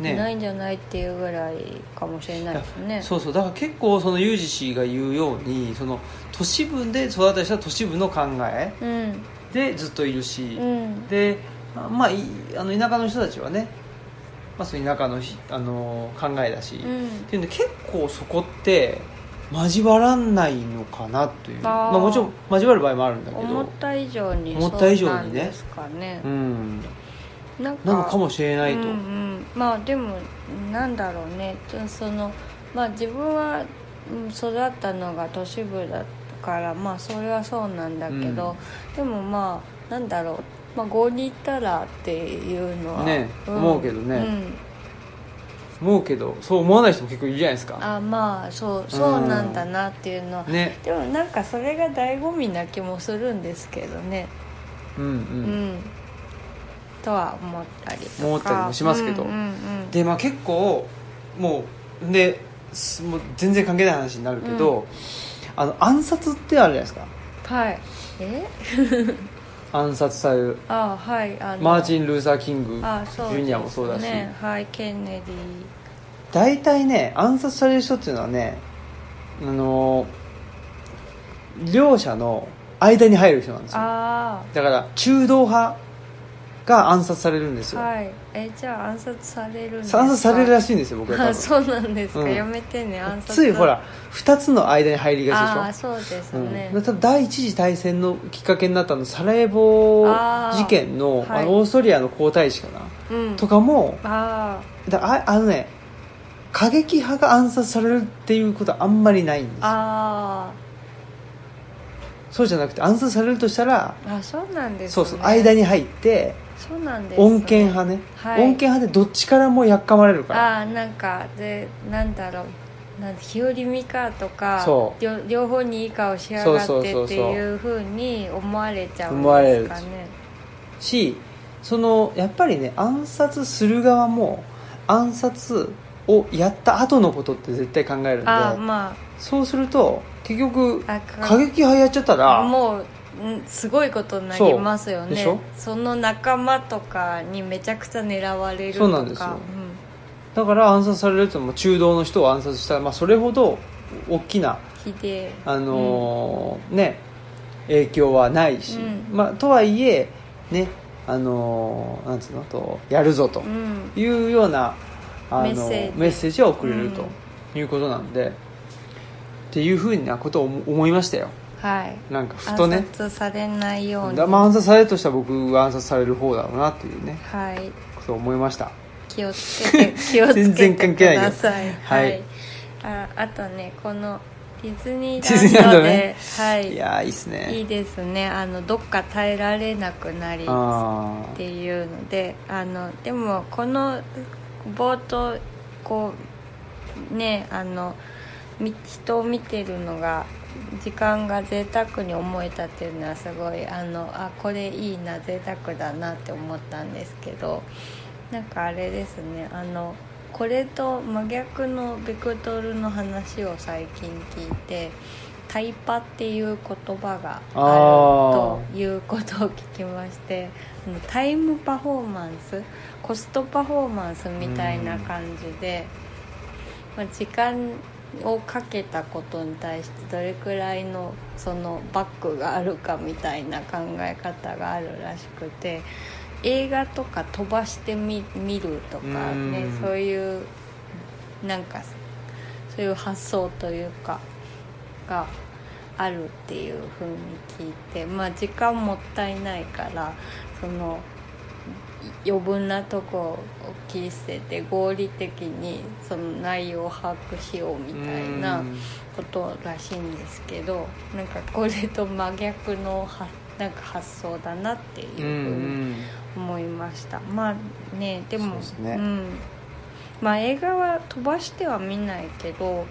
[SPEAKER 2] い
[SPEAKER 1] ね
[SPEAKER 2] ないんじゃないっていうぐらいかもしれないですね
[SPEAKER 1] そうそうだから結構そのユージ氏が言うようにその都市部で育った人は都市部の考え
[SPEAKER 2] うん
[SPEAKER 1] でずっといるし、
[SPEAKER 2] うん
[SPEAKER 1] であまあいあの田舎の人たちはね、まあ、その田舎のひあの考えだし、
[SPEAKER 2] う
[SPEAKER 1] っ
[SPEAKER 2] ん
[SPEAKER 1] ていうんで結構そこって交わらないのかなという
[SPEAKER 2] あー
[SPEAKER 1] まあ、もちろん交わる場合もあるんだけ
[SPEAKER 2] 思っ
[SPEAKER 1] ど、
[SPEAKER 2] た以上に
[SPEAKER 1] 思った以上にね
[SPEAKER 2] そうなんですかね
[SPEAKER 1] うん、
[SPEAKER 2] なん
[SPEAKER 1] なのかもしれないと、
[SPEAKER 2] うんうん、まあでもなんだろうねとそのまあ自分はうん育ったのが都市部だからまあそれはそうなんだけど、でもまあなんだろうまあ合に行ったらっていうのは
[SPEAKER 1] ね
[SPEAKER 2] ん
[SPEAKER 1] 思うけどね
[SPEAKER 2] ん
[SPEAKER 1] 思うけどそう思わない人も結構いるじゃないですか
[SPEAKER 2] あまあそうそうなんだなっていうのは、
[SPEAKER 1] ね
[SPEAKER 2] でもなんかそれが醍醐味な気もするんですけどね
[SPEAKER 1] うんう
[SPEAKER 2] うん、
[SPEAKER 1] ん、
[SPEAKER 2] とは思ったりとか
[SPEAKER 1] 思ったりもしますけど
[SPEAKER 2] うんうんうん
[SPEAKER 1] でまあ結構もうですもう全然関係ない話になるけど、あの暗殺ってあるじゃないですか
[SPEAKER 2] はいえ
[SPEAKER 1] 暗殺される
[SPEAKER 2] あはいあの
[SPEAKER 1] マーチン・ルーサー・キング
[SPEAKER 2] あそうですね
[SPEAKER 1] ジュニアもそうだし
[SPEAKER 2] はいケネディ
[SPEAKER 1] 大体ね暗殺される人っていうのはねあのー両者の間に入る人なんですよ
[SPEAKER 2] あ
[SPEAKER 1] だから中道派が暗殺されるんです
[SPEAKER 2] あ
[SPEAKER 1] よ、
[SPEAKER 2] はいえじゃあ暗殺されるんですか
[SPEAKER 1] 暗殺されるらしいんですよ僕は
[SPEAKER 2] あ
[SPEAKER 1] 多分
[SPEAKER 2] そうなんですか、
[SPEAKER 1] うん
[SPEAKER 2] やめてね暗殺
[SPEAKER 1] ついほら2つの間に入り
[SPEAKER 2] あ
[SPEAKER 1] が
[SPEAKER 2] あ
[SPEAKER 1] ちでしょ
[SPEAKER 2] そうです
[SPEAKER 1] うん
[SPEAKER 2] ね、
[SPEAKER 1] 多分第一次大戦のきっかけになったのサラエボ
[SPEAKER 2] あー
[SPEAKER 1] 事件の
[SPEAKER 2] はい
[SPEAKER 1] あのオーストリアの皇太子かな、
[SPEAKER 2] うん
[SPEAKER 1] とかも
[SPEAKER 2] あ
[SPEAKER 1] だああのね過激派が暗殺されるっていうことはあんまりないんです
[SPEAKER 2] ああ
[SPEAKER 1] そうじゃなくて暗殺されるとしたら、
[SPEAKER 2] ああそうなんですね
[SPEAKER 1] そうそう間に入って
[SPEAKER 2] そうなんですね、
[SPEAKER 1] 穏健派ね、
[SPEAKER 2] はい
[SPEAKER 1] 穏健派でどっちからもやっかまれるから
[SPEAKER 2] ああなんかでなんだろうなん日和美かとか
[SPEAKER 1] そう
[SPEAKER 2] 両両方にいい顔しやが
[SPEAKER 1] そう
[SPEAKER 2] っ
[SPEAKER 1] そうそ
[SPEAKER 2] て
[SPEAKER 1] うそう
[SPEAKER 2] っていうふうに思われちゃうん
[SPEAKER 1] 思われ
[SPEAKER 2] で
[SPEAKER 1] る
[SPEAKER 2] すかね
[SPEAKER 1] しそのやっぱりね暗殺する側も暗殺をやった後のことって絶対考えるんで
[SPEAKER 2] ああまあ
[SPEAKER 1] そうすると結局
[SPEAKER 2] あ
[SPEAKER 1] 過激派やっちゃったら
[SPEAKER 2] もうんすごいことになりますよ
[SPEAKER 1] そうで
[SPEAKER 2] ね
[SPEAKER 1] しょ
[SPEAKER 2] その仲間とかにめちゃくちゃ狙われるとか
[SPEAKER 1] そうなんですよだから暗殺されるとも中道の人を暗殺したら、まあ、それほど大きな、
[SPEAKER 2] うん、ひでえ
[SPEAKER 1] あのーね、影響はないし、
[SPEAKER 2] うん
[SPEAKER 1] まあ、とはいえ、ねあのーなんつうのとやるぞと
[SPEAKER 2] うん、うん
[SPEAKER 1] いうような、あの
[SPEAKER 2] メッセージ
[SPEAKER 1] メッセージを送れる
[SPEAKER 2] う
[SPEAKER 1] と
[SPEAKER 2] ん
[SPEAKER 1] いうことなんで、っていうふうなことを思思いましたよ
[SPEAKER 2] はい
[SPEAKER 1] なんかふと
[SPEAKER 2] 暗
[SPEAKER 1] ね
[SPEAKER 2] 殺されないように
[SPEAKER 1] だまあ暗殺されるとしたら僕は暗殺される方だろうなっていうね
[SPEAKER 2] はい
[SPEAKER 1] ことを思いました
[SPEAKER 2] 気をつけて気をつ
[SPEAKER 1] 全然
[SPEAKER 2] けて
[SPEAKER 1] 関
[SPEAKER 2] く
[SPEAKER 1] 係ないよ
[SPEAKER 2] ださい
[SPEAKER 1] はい
[SPEAKER 2] ああとねこのディズニ
[SPEAKER 1] ディズニ
[SPEAKER 2] ー
[SPEAKER 1] ーラ
[SPEAKER 2] ラン
[SPEAKER 1] ン
[SPEAKER 2] ド
[SPEAKER 1] ド
[SPEAKER 2] で
[SPEAKER 1] ね
[SPEAKER 2] はい
[SPEAKER 1] いやーいいっすね
[SPEAKER 2] いいですねあのどっか耐えられなくなり
[SPEAKER 1] あ
[SPEAKER 2] っ
[SPEAKER 1] ー
[SPEAKER 2] ていうのであのでもこの冒頭こうねあのみ人を見てるのが時間が贅沢に思えたっていうのはすごいあのあこれいいな贅沢だなって思ったんですけどなんかあれですねあのこれと真逆のベクトルの話を最近聞いてタイパっていう言葉があるということを聞きましてあのタイムパフォーマンスコストパフォーマンスみたいな感じで、まあ、時間をかけたことに対してどれくらいのそのバックがあるかみたいな考え方があるらしくて映画とか飛ばしてみ見るとかね
[SPEAKER 1] うん
[SPEAKER 2] そういうなんかそういう発想というかがあるっていうふうに聞いてまあ時間もったいないからその余分なとこを切り捨てて合理的にその内容を把握しようみたいな
[SPEAKER 1] うん
[SPEAKER 2] ことらしいんですけどなんかこれと真逆のはなんか発想だなっていう
[SPEAKER 1] う
[SPEAKER 2] ふ
[SPEAKER 1] ん
[SPEAKER 2] うに思いましたまあねでも
[SPEAKER 1] そうですね
[SPEAKER 2] ん、まあ映画は飛ばしては見ないけど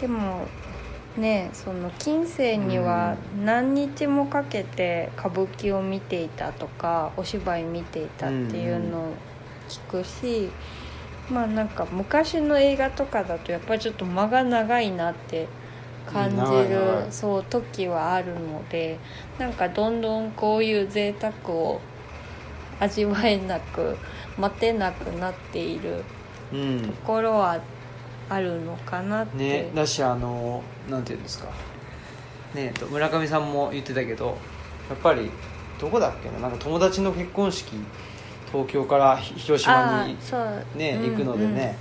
[SPEAKER 2] でもねその近世には何日もかけて歌舞伎を見ていたとかお芝居見ていたっていうのを聞くし、まあなんか昔の映画とかだとやっぱりちょっと間が長いなって感じる、
[SPEAKER 1] うん長い長い
[SPEAKER 2] そう時はあるのでなんかどんどんこういう贅沢を味わえなく待てなくなっている
[SPEAKER 1] うんうん
[SPEAKER 2] ところはあるのかなって、
[SPEAKER 1] ねだしあのなんていうんですかねえっと村上さんも言ってたけどやっぱりどこだっけななんか友達の結婚式東京からひ広島
[SPEAKER 2] あ
[SPEAKER 1] に
[SPEAKER 2] ーそう
[SPEAKER 1] ね、
[SPEAKER 2] うん
[SPEAKER 1] 行くのでね、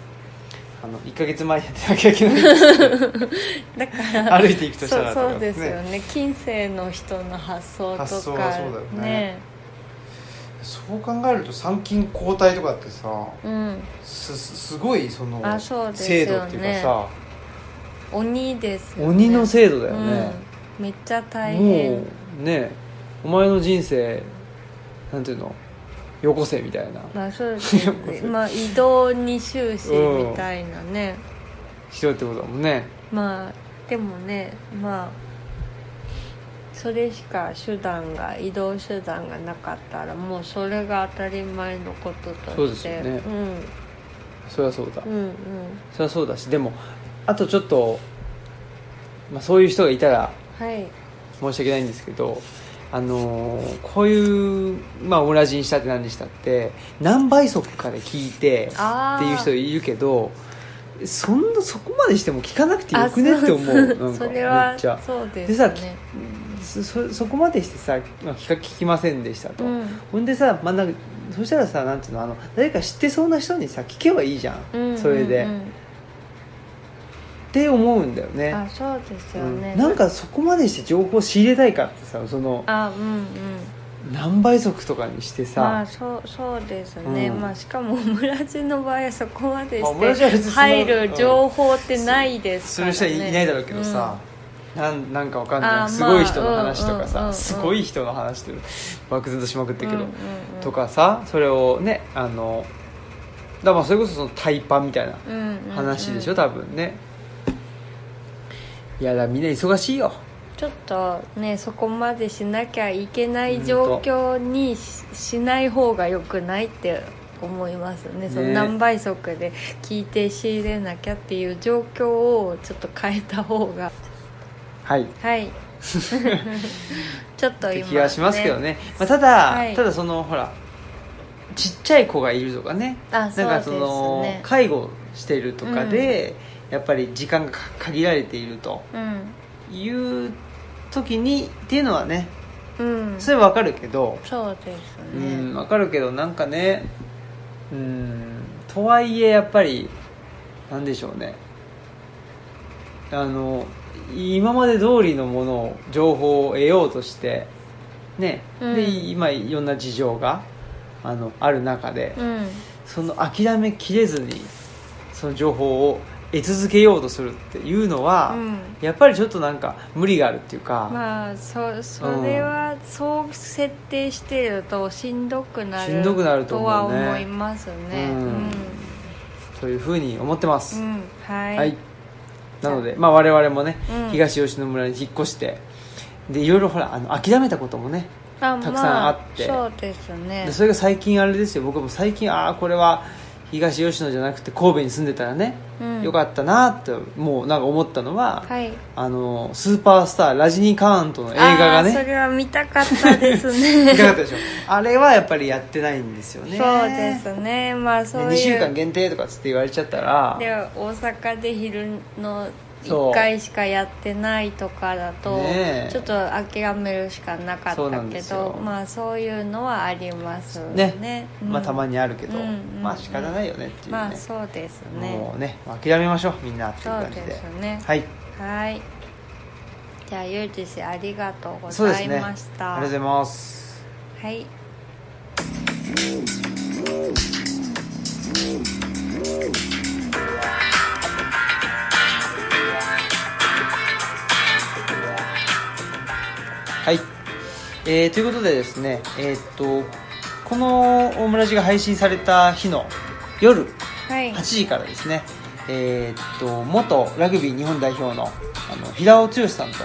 [SPEAKER 1] あの1か月前にやってなきゃいけない
[SPEAKER 2] うんだから
[SPEAKER 1] 歩いていくとした
[SPEAKER 2] そう
[SPEAKER 1] ら
[SPEAKER 2] そうですよ
[SPEAKER 1] ね
[SPEAKER 2] ね近世の人の発想とか
[SPEAKER 1] 発想はそうだよねそう考えると参勤交代とかってさ
[SPEAKER 2] うん
[SPEAKER 1] すすごいその
[SPEAKER 2] あそうですよ
[SPEAKER 1] 制
[SPEAKER 2] ね
[SPEAKER 1] 度っていうかさ、
[SPEAKER 2] 鬼ですよね
[SPEAKER 1] 鬼の
[SPEAKER 2] い
[SPEAKER 1] 制度だよね、
[SPEAKER 2] うん、めっちゃ大
[SPEAKER 1] も
[SPEAKER 2] 変
[SPEAKER 1] うねお前の人生なんていうのよこせみたいな
[SPEAKER 2] まあそうですねまあ移動に終始みたいなね、
[SPEAKER 1] 人ってことだもんね
[SPEAKER 2] まあでもねまあそれしか手段が移動手段がなかったらもうそれが当たり前のこととして
[SPEAKER 1] そうですよねそりゃそうだ、
[SPEAKER 2] うんうんうん
[SPEAKER 1] そりゃそうだしでもあとちょっと、まあ、そういう人がいたら
[SPEAKER 2] はい
[SPEAKER 1] 申し訳ないんですけどあのーこういう、まあ、オムラジにしたって何にしたって何倍速かで聞いて
[SPEAKER 2] あ
[SPEAKER 1] っ
[SPEAKER 2] ー
[SPEAKER 1] ていう人いるけどそんなそこまでしても聞かなくてよくねって思う
[SPEAKER 2] あそ
[SPEAKER 1] なんか
[SPEAKER 2] それ
[SPEAKER 1] め
[SPEAKER 2] は
[SPEAKER 1] っちゃ
[SPEAKER 2] そうで
[SPEAKER 1] です
[SPEAKER 2] よ
[SPEAKER 1] さ
[SPEAKER 2] ね
[SPEAKER 1] そそそこまでしてさまあ聞か聞きませんでしたと、
[SPEAKER 2] うん
[SPEAKER 1] ほんでさ、まあ、なんかそしたらさなんていうのあの誰か知ってそうな人にさ聞けばいいじゃん、
[SPEAKER 2] うん
[SPEAKER 1] それで、
[SPEAKER 2] う
[SPEAKER 1] っ
[SPEAKER 2] ん
[SPEAKER 1] て思うんだよ
[SPEAKER 2] うん
[SPEAKER 1] ね
[SPEAKER 2] あそうです
[SPEAKER 1] う
[SPEAKER 2] よね、
[SPEAKER 1] ん、なんかそこまでして情報仕入れたいかってさその
[SPEAKER 2] あうんうん
[SPEAKER 1] 何倍速とかにしてさ、
[SPEAKER 2] まあそうそうですね、
[SPEAKER 1] うん
[SPEAKER 2] まあしかもオムラジの場合はそこまで
[SPEAKER 1] まあオムラジは
[SPEAKER 2] し
[SPEAKER 1] 別
[SPEAKER 2] て
[SPEAKER 1] にその
[SPEAKER 2] 入る情報ってないです
[SPEAKER 1] す
[SPEAKER 2] か
[SPEAKER 1] る
[SPEAKER 2] ら、ね、
[SPEAKER 1] 人はいないだろうけどさ、なんなんかわかんない
[SPEAKER 2] あー
[SPEAKER 1] すごい人の話とかさ、
[SPEAKER 2] まあうんうんうん
[SPEAKER 1] すごい人の話って漠然としまくったけど、
[SPEAKER 2] うんうんうん
[SPEAKER 1] とかさそれをねあのだからまあそれこそそのタイパみたいな
[SPEAKER 2] うんうんうん
[SPEAKER 1] 話でしょ、多分ねいやだみんな忙しいよ
[SPEAKER 2] ちょっとねそこまでしなきゃいけない状況にししない方が良くないって思いますねその
[SPEAKER 1] ね
[SPEAKER 2] 何倍速で聞いて仕入れなきゃっていう状況をちょっと変えた方が
[SPEAKER 1] はい
[SPEAKER 2] はい ちょっと
[SPEAKER 1] って
[SPEAKER 2] 今、
[SPEAKER 1] 気がしますけどねまあ、ただ、
[SPEAKER 2] はい
[SPEAKER 1] ただそのほらちっちゃい子がいるとかね
[SPEAKER 2] あ
[SPEAKER 1] なんかそ
[SPEAKER 2] そ
[SPEAKER 1] う
[SPEAKER 2] です
[SPEAKER 1] の、
[SPEAKER 2] ね
[SPEAKER 1] 介護してるとかで、やっぱり時間がか限られていると
[SPEAKER 2] うん
[SPEAKER 1] いう時にっていうのはね
[SPEAKER 2] うん
[SPEAKER 1] それはわかるけど、
[SPEAKER 2] そうです
[SPEAKER 1] う
[SPEAKER 2] ね、
[SPEAKER 1] んわかるけどなんかねうんとはいえやっぱりなんでしょうねあの今まで通りのものを情報を得ようとしてね、
[SPEAKER 2] うん
[SPEAKER 1] で今いろんな事情があのある中で、
[SPEAKER 2] うん
[SPEAKER 1] その諦めきれずにその情報を得続けようとするっていうのは、
[SPEAKER 2] うん
[SPEAKER 1] やっぱりちょっとなんか無理があるっていうか、
[SPEAKER 2] まあそそれはそう設定してるとしんどくなる
[SPEAKER 1] しんどくなると
[SPEAKER 2] と
[SPEAKER 1] 思う
[SPEAKER 2] は
[SPEAKER 1] ね
[SPEAKER 2] 思いますね
[SPEAKER 1] うん
[SPEAKER 2] うん、
[SPEAKER 1] というふうに思ってます、
[SPEAKER 2] うんはい、
[SPEAKER 1] はい、なので、まあ、我々もね、
[SPEAKER 2] うん
[SPEAKER 1] 東吉野村に引っ越してでいろいろほらあの諦めたこともね
[SPEAKER 2] あ
[SPEAKER 1] たくさんあって
[SPEAKER 2] まあ、そうですね
[SPEAKER 1] でそれが最近あれですよ僕も最近ああこれは東吉野じゃなくて神戸に住んでたらね、
[SPEAKER 2] うん
[SPEAKER 1] よかったなってもうなんか思ったのは、
[SPEAKER 2] はい
[SPEAKER 1] あのスーパースターラジニ・カーンとの映画が
[SPEAKER 2] あーそ
[SPEAKER 1] ね
[SPEAKER 2] れは見たかったです
[SPEAKER 1] いかがだっ
[SPEAKER 2] ね
[SPEAKER 1] たでしょうあれはやっぱりやってないんですよね
[SPEAKER 2] そうですねまあそういう
[SPEAKER 1] 2週間限定とかつって言われちゃったら
[SPEAKER 2] で大阪で昼の
[SPEAKER 1] そう
[SPEAKER 2] 1回しかやってないとかだと、
[SPEAKER 1] ねえ
[SPEAKER 2] ちょっと諦めるしかなかっ
[SPEAKER 1] そうな
[SPEAKER 2] た
[SPEAKER 1] ん
[SPEAKER 2] け
[SPEAKER 1] です
[SPEAKER 2] ど
[SPEAKER 1] よ
[SPEAKER 2] まあそういうのはありますね
[SPEAKER 1] ねまあたま
[SPEAKER 2] に
[SPEAKER 1] にあるけど、
[SPEAKER 2] うんうん
[SPEAKER 1] まあ仕方ないよねっていうね、
[SPEAKER 2] まあそうですね
[SPEAKER 1] もうね諦めましょうみんなっていう
[SPEAKER 2] そう
[SPEAKER 1] 感じ
[SPEAKER 2] で
[SPEAKER 1] です
[SPEAKER 2] ね
[SPEAKER 1] はい
[SPEAKER 2] はいじゃあゆうじ氏ありがとうご
[SPEAKER 1] そうで
[SPEAKER 2] ざ
[SPEAKER 1] す
[SPEAKER 2] い
[SPEAKER 1] ね
[SPEAKER 2] ました
[SPEAKER 1] ありがとうございます
[SPEAKER 2] はい
[SPEAKER 1] はい、えーということでですねえーっとこのオムラジが配信された日の夜
[SPEAKER 2] はい
[SPEAKER 1] 8時からですね、えーっと元ラグビー日本代表のあの平尾剛さんと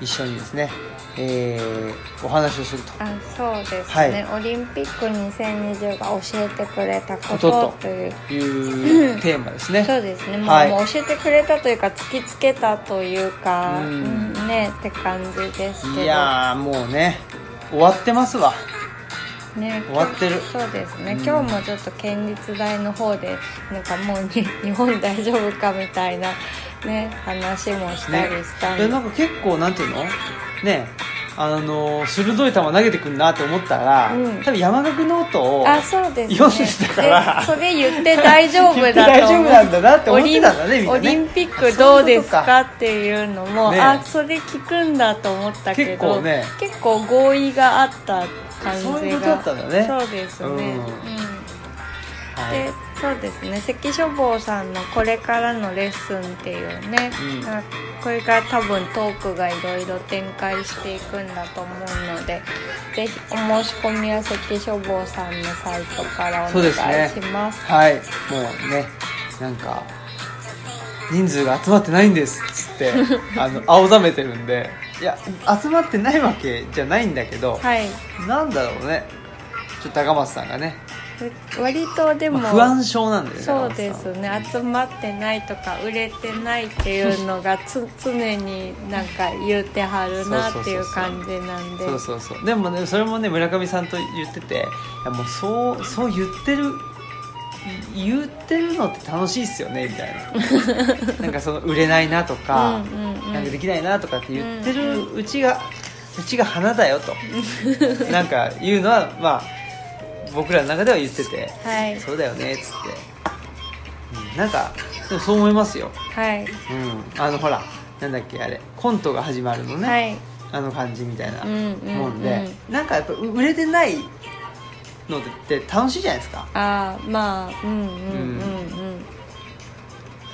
[SPEAKER 1] 一緒にですね、えーお話をすると
[SPEAKER 2] あそうですね、オリンピック2020が教えてくれた
[SPEAKER 1] こ
[SPEAKER 2] こ
[SPEAKER 1] と
[SPEAKER 2] と
[SPEAKER 1] と
[SPEAKER 2] という
[SPEAKER 1] い うテーマですね、
[SPEAKER 2] そうですね、
[SPEAKER 1] はい
[SPEAKER 2] もうもう教えてくれたというか突きつけたというか、
[SPEAKER 1] うん
[SPEAKER 2] うんねって感じですけど
[SPEAKER 1] いやーもうね終わってますわ
[SPEAKER 2] ね、
[SPEAKER 1] 終わってる
[SPEAKER 2] そうですね、
[SPEAKER 1] うん
[SPEAKER 2] 今日もちょっと県立大の方でなんかもうに日本大丈夫かみたいな、ね、話もしたりしたん
[SPEAKER 1] いや
[SPEAKER 2] で、
[SPEAKER 1] なんか結構なんていうのねあのー鋭い球投げてくんなって思ったら、
[SPEAKER 2] うん
[SPEAKER 1] 多分山岳ノートを
[SPEAKER 2] あそうですね
[SPEAKER 1] 読んでたから
[SPEAKER 2] でそれ言って大丈
[SPEAKER 1] 言
[SPEAKER 2] 夫だと
[SPEAKER 1] って大丈夫なんだなって思ってたんだねみんな
[SPEAKER 2] オ
[SPEAKER 1] ね
[SPEAKER 2] リンオリンピックどうです
[SPEAKER 1] あそう
[SPEAKER 2] かっていうのも
[SPEAKER 1] ね
[SPEAKER 2] あそれ聞くんだと思ったけど
[SPEAKER 1] 結構ね
[SPEAKER 2] 結構合意があった感じが
[SPEAKER 1] そういうことだったんだね
[SPEAKER 2] そうですね、
[SPEAKER 1] うん
[SPEAKER 2] うん
[SPEAKER 1] はい
[SPEAKER 2] でそうですね関書房さんの「これからのレッスン」っていうね、
[SPEAKER 1] うん
[SPEAKER 2] あこれから多分トークがいろいろ展開していくんだと思うのでぜひお申し込みは関書房さんのサイトからお
[SPEAKER 1] そう
[SPEAKER 2] 願
[SPEAKER 1] で
[SPEAKER 2] い
[SPEAKER 1] すね
[SPEAKER 2] します
[SPEAKER 1] はいもうねなんか人数が集まってないんですっ つってあの青ざめてるんでいや集まってないわけじゃないんだけど、
[SPEAKER 2] はい、
[SPEAKER 1] なんだろうねちょっと高松さんがね、
[SPEAKER 2] ふ割とでも、
[SPEAKER 1] まあ不安症なんだよね
[SPEAKER 2] そう
[SPEAKER 1] 高松
[SPEAKER 2] で
[SPEAKER 1] さん
[SPEAKER 2] すね集まってないとか売れてないっていうのがつ常になんか言うてはるなっていう感じなんで
[SPEAKER 1] そうそうそうでもねそれもね村上さんと言ってていやもうそうそう言ってるい言ってるのって楽しいっすよねみたい ななんかその売れないなとか、
[SPEAKER 2] うんうんうん
[SPEAKER 1] なんかできないなとかって言ってるうちが、うちが花だよ となんか言うのはまあ僕らの中では言ってて、
[SPEAKER 2] はい
[SPEAKER 1] そうだよねっつって、うん、なんかでもそう思いますよ、
[SPEAKER 2] はい
[SPEAKER 1] うん、あのほらなんだっけあれコントが始まるのね、
[SPEAKER 2] はい
[SPEAKER 1] あの感じみたいな
[SPEAKER 2] うんうんうん
[SPEAKER 1] もんで、なんかやっぱ売れてないのって楽しいじゃないですか
[SPEAKER 2] ああまあうんうんうんうん、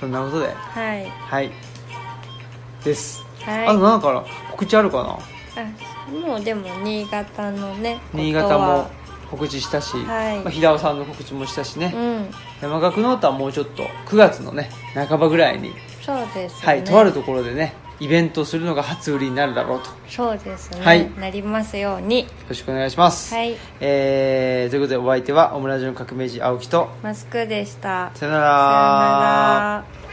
[SPEAKER 1] そんなことで
[SPEAKER 2] はい
[SPEAKER 1] はいです、
[SPEAKER 2] はい
[SPEAKER 1] あと何から告知あるかな
[SPEAKER 2] あもうでも新潟のね
[SPEAKER 1] 新潟も告知したし、
[SPEAKER 2] はい
[SPEAKER 1] まあ、平尾さんの告知もしたしね
[SPEAKER 2] こ、とはうん
[SPEAKER 1] 山岳ノートはもうちょっと9月のね半ばぐらいに、
[SPEAKER 2] そうですね
[SPEAKER 1] はいとあるところでねイベントをするのが初売りになるだろうとよ
[SPEAKER 2] そうですね、
[SPEAKER 1] はい
[SPEAKER 2] なりますように
[SPEAKER 1] ろしくお願いします、
[SPEAKER 2] はい
[SPEAKER 1] えーということでお相手はオムラジオの革命児青木と
[SPEAKER 2] マスクでした
[SPEAKER 1] さよなら
[SPEAKER 2] さよなら